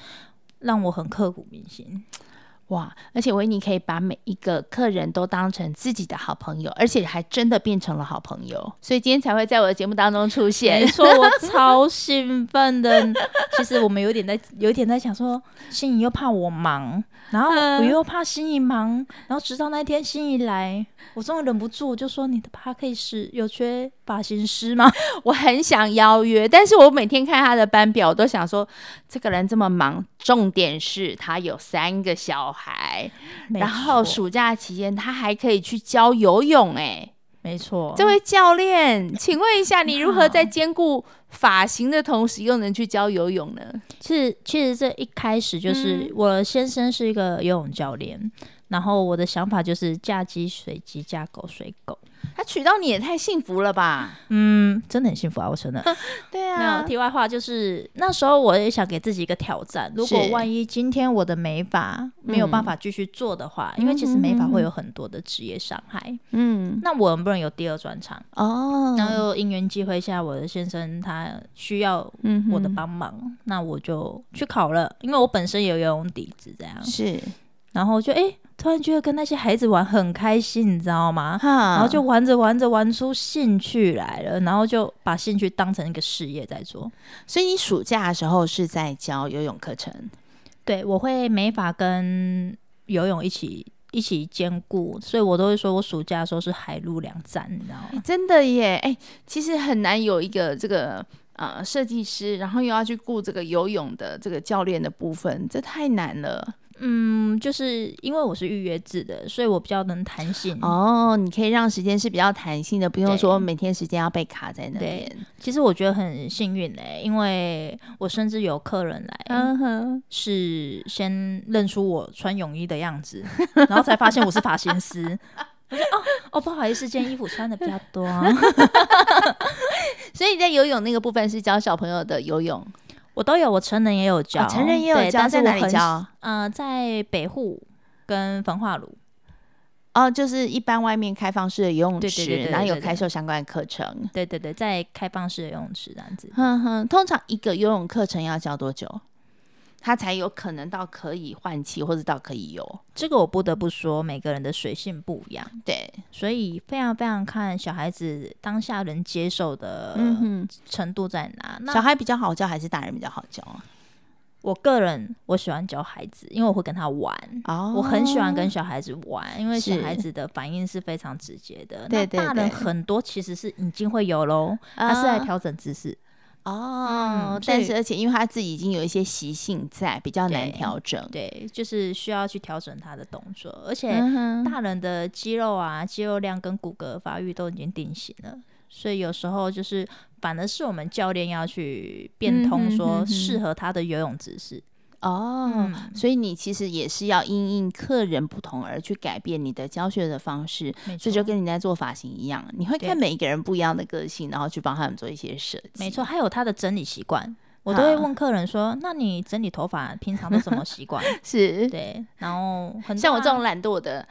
Speaker 2: 让我很刻骨铭心。
Speaker 1: 哇！而且维尼可以把每一个客人都当成自己的好朋友，而且还真的变成了好朋友，所以今天才会在我的节目当中出
Speaker 2: 没
Speaker 1: 现。
Speaker 2: 错，我超兴奋的。其实我们有点在，有点在想说，心仪又怕我忙，然后我
Speaker 1: 嗯
Speaker 2: 又怕心仪忙，然后直到那一天心仪来，我终于忍不住我就说：“你的 p a c k a g e 有缺发型师吗？”
Speaker 1: 我很想邀约，但是我每天看他的班表，我都想说，这个人这么忙，重点是他有三个小孩，
Speaker 2: 没
Speaker 1: 然后
Speaker 2: 错
Speaker 1: 暑假期间他还可以去教游泳、哎，
Speaker 2: 没错，
Speaker 1: 这位教练，请问一下，你如何
Speaker 2: 好
Speaker 1: 在兼顾发型的同时，又能去教游泳呢？
Speaker 2: 其实，其实这一开始就是
Speaker 1: 嗯
Speaker 2: 我先生是一个游泳教练，然后我的想法就是嫁鸡随鸡，嫁狗随狗。
Speaker 1: 他娶到你也太幸福了吧？
Speaker 2: 嗯，真的很幸福啊，我承认。
Speaker 1: 对
Speaker 2: 没有
Speaker 1: 啊，
Speaker 2: 题外话，就是那时候我也想给自己一个挑战。如果
Speaker 1: 是嗯
Speaker 2: 万一今天我的美发没有办法继续做的话，因为其实美发会有很多的职业伤害，
Speaker 1: 嗯，
Speaker 2: 那我能不能有第二专场？
Speaker 1: 哦，
Speaker 2: 然后因缘际会下，我的先生他需要
Speaker 1: 嗯哼
Speaker 2: 我的帮忙，那我就去考了，因为我本身也有游泳底子这样。
Speaker 1: 是
Speaker 2: 然后就哎、诶突然觉得跟那些孩子玩很开心，你知道吗？
Speaker 1: 哈，
Speaker 2: 然后就玩着玩着玩出兴趣来了，然后就把兴趣当成一个事业在做。
Speaker 1: 所以你暑假的时候是在教游泳课程，
Speaker 2: 对，我会美法跟游泳一起一起兼顾，所以我都会说我暑假的时候是海陆两站，你知道吗？
Speaker 1: 真的耶！哎、其实很难有一个这个呃设计师，然后又要去顾这个游泳的这个教练的部分，这太难了。
Speaker 2: 嗯，就是因为我是预约制的，所以我比较能弹性。
Speaker 1: 哦，你可以让时间是比较弹性的，不用
Speaker 2: 对
Speaker 1: 说每天时间要被卡在那边。
Speaker 2: 其实我觉得很幸运嘞、因为我甚至有客人来，
Speaker 1: 嗯哼，
Speaker 2: 是先认出我穿泳衣的样子，然后才发现我是发型师。我就哦哦，不好意思，今天衣服穿的比较多啊、
Speaker 1: 所以你在游泳那个部分是教小朋友的游泳，
Speaker 2: 我都有，我成人也有教，
Speaker 1: 哦成人啊也有
Speaker 2: 对
Speaker 1: 教，
Speaker 2: 但是
Speaker 1: 在
Speaker 2: 我
Speaker 1: 哪里
Speaker 2: 很
Speaker 1: 教？
Speaker 2: 呃，在北户跟焚化炉，
Speaker 1: 哦，就是一般外面开放式的游泳
Speaker 2: 对
Speaker 1: 池，
Speaker 2: 对对对对
Speaker 1: 然后有
Speaker 2: 对对
Speaker 1: 开售相关的课程。
Speaker 2: 对对对，在开放式的游泳池这样子。
Speaker 1: 哼哼，通常一个游泳课程要教多久？他才有可能到可以换气，或者到可以游。
Speaker 2: 这个我不得不说，每个人的水性不一样，
Speaker 1: 对，
Speaker 2: 所以非常非常看小孩子当下能接受的
Speaker 1: 嗯
Speaker 2: 程度在哪。
Speaker 1: 小
Speaker 2: 那
Speaker 1: 孩比较好教还是大人比较好教啊？
Speaker 2: 我个人我喜欢教孩子，因为我会跟他玩。
Speaker 1: 哦
Speaker 2: 我很喜欢跟小孩子玩，因为小
Speaker 1: 是
Speaker 2: 孩子的反应是非常直接
Speaker 1: 对
Speaker 2: 的。
Speaker 1: 对
Speaker 2: 那大
Speaker 1: 对
Speaker 2: 人很多其实是已经会有喽，他是在
Speaker 1: 啊
Speaker 2: 调整姿势。
Speaker 1: 哦
Speaker 2: 嗯，所
Speaker 1: 但
Speaker 2: 以
Speaker 1: 是而且因为他自己已经有一些习性在，比较难
Speaker 2: 对
Speaker 1: 调整。
Speaker 2: 对，就是需要去调整他的动作，而且
Speaker 1: 嗯哼
Speaker 2: 大人的肌肉啊、肌肉量跟骨骼发育都已经定型了，所以有时候就是反而是我们教练要去变
Speaker 1: 嗯
Speaker 2: 通，
Speaker 1: 哼
Speaker 2: 说
Speaker 1: 哼哼
Speaker 2: 适合他的游泳姿势。
Speaker 1: 哦，
Speaker 2: 嗯
Speaker 1: 所以你其实也是要因应客人不同而去改变你的教学的方式。
Speaker 2: 没
Speaker 1: 这
Speaker 2: 错，
Speaker 1: 就跟你在做发型一样，你会
Speaker 2: 对
Speaker 1: 看每一个人不一样的个性，然后去帮他们做一些设计。
Speaker 2: 没错，还有他的整理习惯，我都会
Speaker 1: 好
Speaker 2: 问客人说：“那你整理头发平常都怎么习惯？”
Speaker 1: 是
Speaker 2: 对，然后很多
Speaker 1: 像我
Speaker 2: 啊
Speaker 1: 这种懒惰的，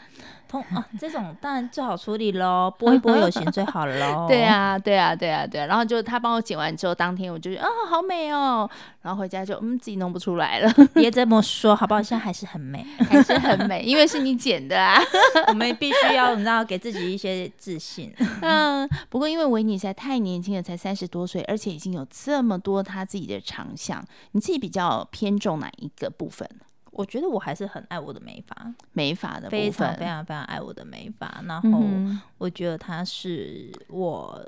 Speaker 2: 通啊，这种当然最好处理喽，拨一拨有型最好喽。
Speaker 1: 对，啊，对啊，对啊，对啊。然后就他帮我剪完之后，当天我就觉得啊、好美哦。然后回家就嗯，自己弄不出来了，
Speaker 2: 别这么说好不好？现在还是很美。
Speaker 1: 还是很美，因为是你剪的 啊。
Speaker 2: 我们必须要，你知道，给自己一些自信。
Speaker 1: 嗯，不过因为维尼实在太年轻了，才三十多岁，而且已经有这么多他自己的长项，你自己比较偏重哪一个部分？
Speaker 2: 我觉得我还是很爱我的美发，
Speaker 1: 美发的部
Speaker 2: 非常
Speaker 1: 分，
Speaker 2: 非常非常爱我的美发。然后
Speaker 1: 嗯
Speaker 2: 我觉得它是我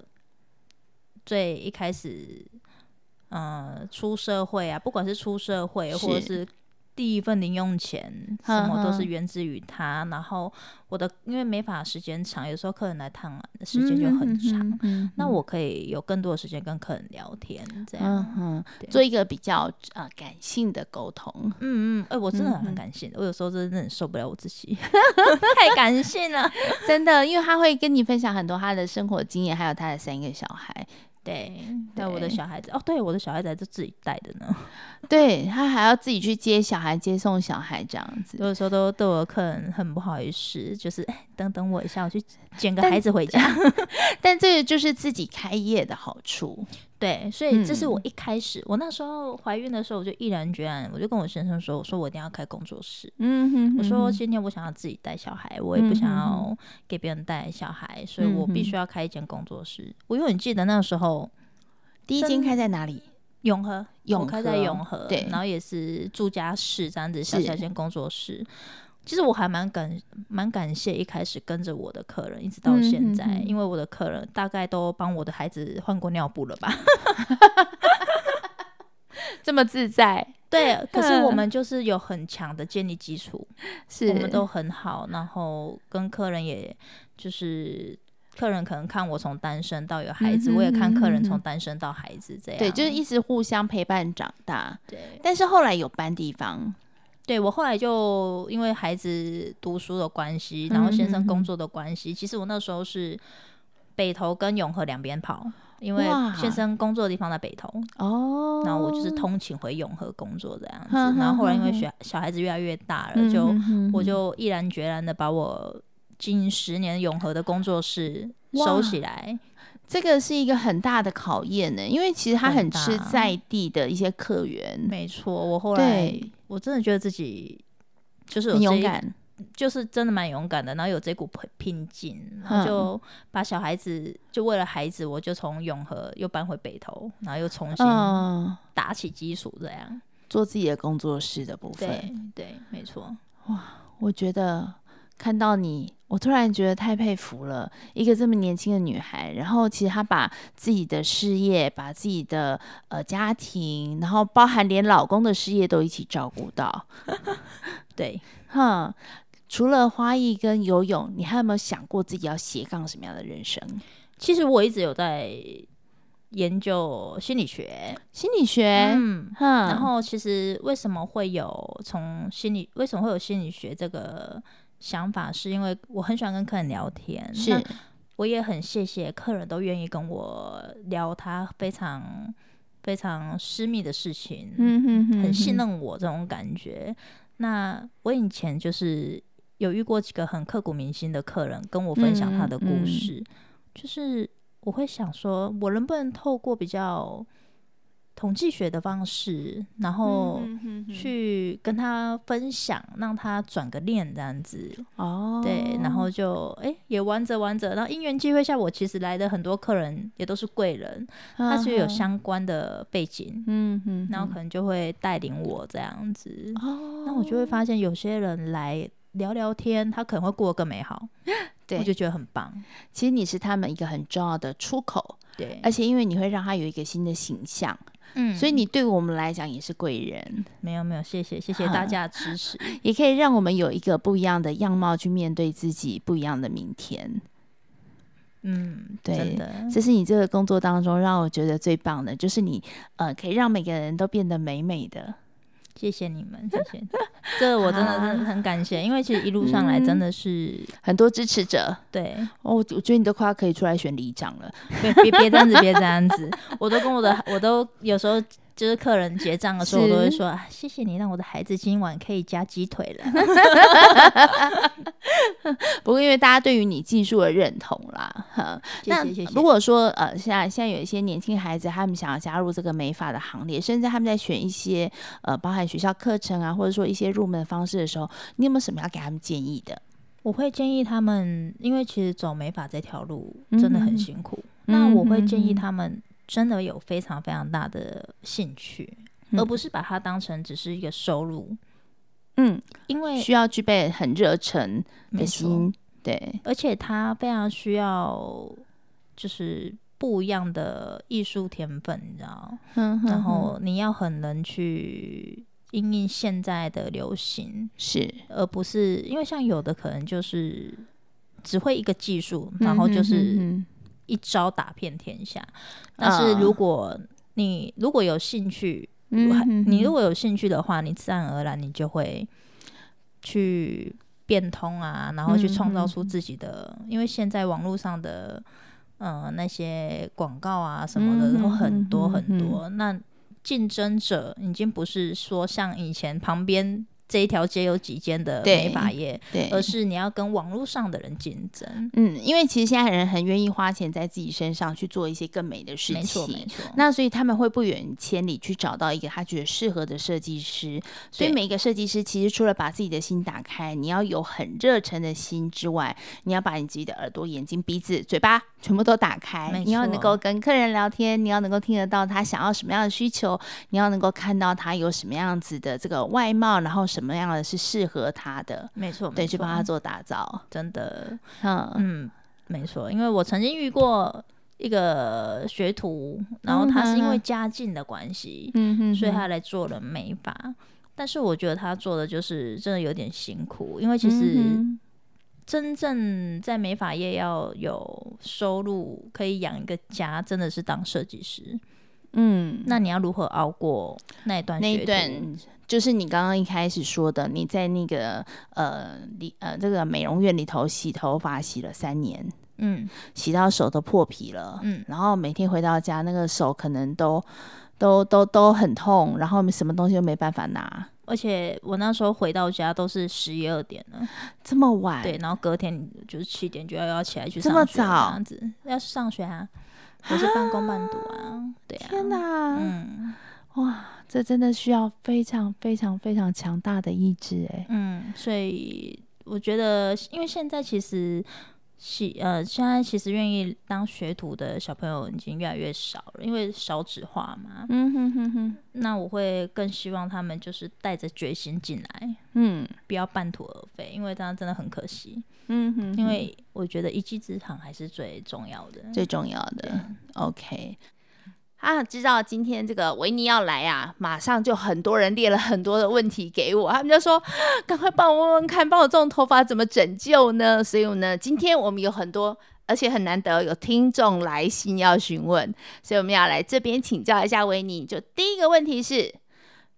Speaker 2: 最一开始，呃，出社会啊，不管是出社会
Speaker 1: 是
Speaker 2: 或者是。第一份零用钱，
Speaker 1: 呵
Speaker 2: 什么都
Speaker 1: 呵
Speaker 2: 是源自于他。然后我的，因为美发时间长，有时候客人来烫完的时间就很长，
Speaker 1: 嗯嗯
Speaker 2: 那我可以有更多的时间跟客人聊天，这样。
Speaker 1: 嗯哼，
Speaker 2: 对
Speaker 1: 做一个比较呃感性的沟通。
Speaker 2: 嗯嗯，哎、我真的
Speaker 1: 嗯嗯
Speaker 2: 很感性的，我有时候真的很受不了我自己， 太感性了。
Speaker 1: 真的，因为他会跟你分享很多他的生活经验，还有他的三个小孩，
Speaker 2: 对，带我的
Speaker 1: 对
Speaker 2: 小孩子，哦，对，我的小孩子还是自己带的呢。
Speaker 1: 对他还要自己去接小孩、接送小孩这样子。
Speaker 2: 有的时候都对我的客人很不好意思，就是哎、等等我一下，我 去捡个
Speaker 1: 但
Speaker 2: 孩子 回家。
Speaker 1: 但这个就是自己开业的好处。
Speaker 2: 对，所以这是
Speaker 1: 嗯
Speaker 2: 我一开始，我那时候怀孕的时候，我就毅然决然，我就跟我先生说，我说我一定要开工作室。
Speaker 1: 嗯哼嗯
Speaker 2: 我说今天我想要自己带小孩，我也不想要给别人带小孩，所以我必须要开一间工作室。我永远记得那个时候，
Speaker 1: 第一间开在哪里？
Speaker 2: 永和，
Speaker 1: 永
Speaker 2: 我开
Speaker 1: 和
Speaker 2: 在永和，
Speaker 1: 对
Speaker 2: 然后也是住家室这样子小
Speaker 1: 是
Speaker 2: 小间工作室。其实我还蛮感蛮感谢一开始跟着我的客人，一直到
Speaker 1: 嗯
Speaker 2: 现
Speaker 1: 嗯
Speaker 2: 在，
Speaker 1: 嗯
Speaker 2: 因为我的客人大概都帮我的孩子换过尿布了 吧？
Speaker 1: 这么自在，
Speaker 2: 对，可是我
Speaker 1: 嗯
Speaker 2: 们就是有很强的建立基础，
Speaker 1: 是
Speaker 2: 我们都很好，然后跟客人也就是客人可能看我从单身到有孩
Speaker 1: 嗯
Speaker 2: 子，
Speaker 1: 哼
Speaker 2: 我也看客人
Speaker 1: 嗯
Speaker 2: 从
Speaker 1: 哼
Speaker 2: 单身到
Speaker 1: 啊
Speaker 2: 孩子这样。
Speaker 1: 对，就是一直互相陪伴长大。
Speaker 2: 对
Speaker 1: 但是后来有搬地方，
Speaker 2: 对我后来就因为孩子读书的关系，然后先生
Speaker 1: 嗯
Speaker 2: 工作的关系，其实我那时候是北投跟永和两边跑，因为
Speaker 1: 哇
Speaker 2: 先生工作的地方在北投，
Speaker 1: 哦，
Speaker 2: 然后我就是通勤回永和工作这样子。
Speaker 1: 哼哼
Speaker 2: 然后后来因为
Speaker 1: 哼
Speaker 2: 小小孩子越来越大了，
Speaker 1: 嗯
Speaker 2: 就
Speaker 1: 哼哼
Speaker 2: 我
Speaker 1: 哼
Speaker 2: 就毅然决然的把我近十年永和的工作室
Speaker 1: 哇
Speaker 2: 收起来。
Speaker 1: 这个是一个很大的考验呢，因为其实他很
Speaker 2: 很大
Speaker 1: 吃在地的一些客源，
Speaker 2: 没错，我后来
Speaker 1: 对，
Speaker 2: 我真的觉得自己就是有
Speaker 1: 很
Speaker 2: 这
Speaker 1: 勇
Speaker 2: 一
Speaker 1: 敢，
Speaker 2: 就是真的蛮勇敢的，然后有这股拼拼劲，然后就把小孩子，就为了孩子，我就从永和又搬回北投，然后又重新
Speaker 1: 嗯，
Speaker 2: 打起基础，这样。
Speaker 1: 做自己的工作室的部分，
Speaker 2: 对对，没错。
Speaker 1: 我觉得看到你，我突然觉得太佩服了，一个这么年轻的女孩，然后其实她把自己的事业、把自己的呃家庭，然后包含连老公的事业都一起照顾到，
Speaker 2: 对，
Speaker 1: 哼。除了花艺跟游泳，你还有没有想过自己要斜杠什么样的人生？
Speaker 2: 其实我一直有在研究心理学，
Speaker 1: 心理学，
Speaker 2: 嗯。
Speaker 1: 哼，
Speaker 2: 然后其实为什么会有从心理，为什么会有心理学这个想法，是因为我很喜欢跟客人聊天，那
Speaker 1: 是
Speaker 2: 我也很谢谢客人都愿意跟我聊他非常非常私密的事情，
Speaker 1: 嗯哼哼
Speaker 2: 很
Speaker 1: 哼
Speaker 2: 信任我这种感觉。那我以前就是有遇过几个很刻骨铭心的客人，跟我分享他的故
Speaker 1: 嗯嗯
Speaker 2: 事，就是我会想说，我能不能透过比较统计学的方式，然后
Speaker 1: 嗯哼哼
Speaker 2: 哦去跟他分享，让他转个念这样子。
Speaker 1: 哦，
Speaker 2: 对，然后就哎、诶也玩着玩着，然后因缘际会下，我其实来的很多客人也都是贵人，他
Speaker 1: 嗯
Speaker 2: 是有
Speaker 1: 哼，
Speaker 2: 相关的背景，
Speaker 1: 嗯哼，
Speaker 2: 然后可能就会带领我这样子。
Speaker 1: 哦，
Speaker 2: 那我就会发现有些人来聊聊天，他可能会过得更美好，我
Speaker 1: 对
Speaker 2: 就觉得很棒。
Speaker 1: 其实你是他们一个很重要的出口，
Speaker 2: 对，
Speaker 1: 而且因为你会让他有一个新的形象，
Speaker 2: 嗯
Speaker 1: 哎所以你对我们来讲也是贵人，
Speaker 2: 没有没有，谢谢谢谢
Speaker 1: 嗯
Speaker 2: 大家的支 持。
Speaker 1: 也可以让我们有一个不一样的样貌去面对自己不一样的明天。
Speaker 2: 嗯，
Speaker 1: 对
Speaker 2: 真的，
Speaker 1: 这是你这个工作当中让我觉得最棒的，就是你呃可以让每个人都变得美美的。
Speaker 2: 谢谢你们，谢 谢。这我真的是很感谢，因为其实一路上来真
Speaker 1: 嗯
Speaker 2: 的是、
Speaker 1: 很多支持者，
Speaker 2: 对。
Speaker 1: 哦，我我觉得你都快要可以出来选里长了。
Speaker 2: 别别别这样子，别这样子，我都跟我的，我都有时候就是客人结账的时候，我
Speaker 1: 是
Speaker 2: 都会说、啊、谢谢你让我的孩子今晚可以加鸡 腿了。
Speaker 1: 不过因为大家对于你技术的认同啦，哈，
Speaker 2: 谢
Speaker 1: 那
Speaker 2: 谢谢谢。
Speaker 1: 如果说呃，现在现在有一些年轻孩子，他们想要加入这个美发的行列，甚至他们在选一些呃，包含学校课程啊，或者说一些入门方式的时候，你有没有什么要给他们建议的？
Speaker 2: 我会建议他们，因为其实走美发这条路
Speaker 1: 嗯
Speaker 2: 真的很
Speaker 1: 哼
Speaker 2: 辛苦，那
Speaker 1: 嗯
Speaker 2: 我会
Speaker 1: 哼
Speaker 2: 建议
Speaker 1: 哼
Speaker 2: 他们真的有非常非常大的兴趣，而
Speaker 1: 嗯
Speaker 2: 不是把它当成只是一个收入，
Speaker 1: 嗯，
Speaker 2: 因为
Speaker 1: 需要具备很热忱
Speaker 2: 没
Speaker 1: 的
Speaker 2: 错，
Speaker 1: 心，对，
Speaker 2: 而且他非常需要就是不一样的艺术天分，你知道。
Speaker 1: 嗯哼
Speaker 2: 然后你要很能去应应现在的流行，
Speaker 1: 是
Speaker 2: 而不是因为像有的可能就是只会一个技术，
Speaker 1: 嗯
Speaker 2: 然后就
Speaker 1: 哼
Speaker 2: 是
Speaker 1: 哼
Speaker 2: 一招打遍天下。但是如
Speaker 1: 啊
Speaker 2: 果你如果有兴趣，
Speaker 1: 嗯哼哼
Speaker 2: 你如果有兴趣的话，你自然而然你就会去变通啊，然后去创造出自己
Speaker 1: 嗯
Speaker 2: 的，因为现在网络上的呃那些广告啊什么的
Speaker 1: 嗯
Speaker 2: 都很多
Speaker 1: 嗯嗯
Speaker 2: 很多，那竞争者已经不是说像以前旁边这一条街有几间的
Speaker 1: 对
Speaker 2: 美发业，
Speaker 1: 对，
Speaker 2: 而是你要跟网络上的人竞争。
Speaker 1: 呃嗯，因为其实现在人很愿意花钱在自己身上去做一些更美的事
Speaker 2: 没错，
Speaker 1: 情
Speaker 2: 没，错。
Speaker 1: 那所以他们会不远千里去找到一个他觉得适合的设计师。所以
Speaker 2: 对
Speaker 1: 每一个设计师其实除了把自己的心打开，你要有很热忱的心之外，你要把你自己的耳朵、眼睛、鼻子、嘴巴全部都打开
Speaker 2: 没，
Speaker 1: 你要能
Speaker 2: 错
Speaker 1: 够跟客人聊天，你要能够听得到他想要什么样的需求，你要能够看到他有什么样子的这个外貌，然后什么样的是适合他的，
Speaker 2: 没错，
Speaker 1: 对，
Speaker 2: 没
Speaker 1: 去
Speaker 2: 错
Speaker 1: 帮他，做打造。
Speaker 2: 真的，
Speaker 1: 嗯
Speaker 2: 嗯，没错，因为我曾经遇过一个学徒，然后他是因为家境的关系，
Speaker 1: 嗯哼
Speaker 2: 所以
Speaker 1: 哼
Speaker 2: 他来做了美发。但是我觉得他做的就是真的有点辛苦，因为其实
Speaker 1: 嗯
Speaker 2: 真正在美发业要有收入可以养一个家，真的是当设计师。
Speaker 1: 哼嗯，
Speaker 2: 那你要如何熬过那一段
Speaker 1: 那
Speaker 2: 学
Speaker 1: 一
Speaker 2: 徒
Speaker 1: 段就是你刚刚一开始说的，你在那个呃里呃这个美容院里头洗头发洗了三年，
Speaker 2: 嗯
Speaker 1: 洗到手都破皮了，
Speaker 2: 嗯
Speaker 1: 然后每天回到家那个手可能都都都都很痛，然后什么东西都没办法拿，
Speaker 2: 而且我那时候回到家都是十一二点了，
Speaker 1: 这么晚，
Speaker 2: 对，然后隔天就是七点就要要起来去
Speaker 1: 这
Speaker 2: 上
Speaker 1: 么
Speaker 2: 学
Speaker 1: 早
Speaker 2: 样子要去上学啊，我是半工半读啊，对啊，
Speaker 1: 天哪，
Speaker 2: 嗯
Speaker 1: 哇，这真的需要非常非常非常强大的意志哎、
Speaker 2: 嗯，所以我觉得，因为现在其实。喜呃，现在其实愿意当学徒的小朋友已经越来越少了，因为少子化嘛。
Speaker 1: 嗯哼哼哼，
Speaker 2: 那我会更希望他们就是带着决心进来，
Speaker 1: 嗯
Speaker 2: 不要半途而废，因为这样真的很可惜。
Speaker 1: 嗯哼
Speaker 2: 因为我觉得一技之长还是最重要的。
Speaker 1: 最重要的。OK，啊，知道今天这个维尼要来啊，马上就很多人列了很多的问题给我，他们就说 赶快帮我问问看，帮我这种头发怎么拯救呢？所以呢，今天我们有很多。而且很难得有听众来信要询问，所以我们要来这边请教一下维尼。就第一个问题是，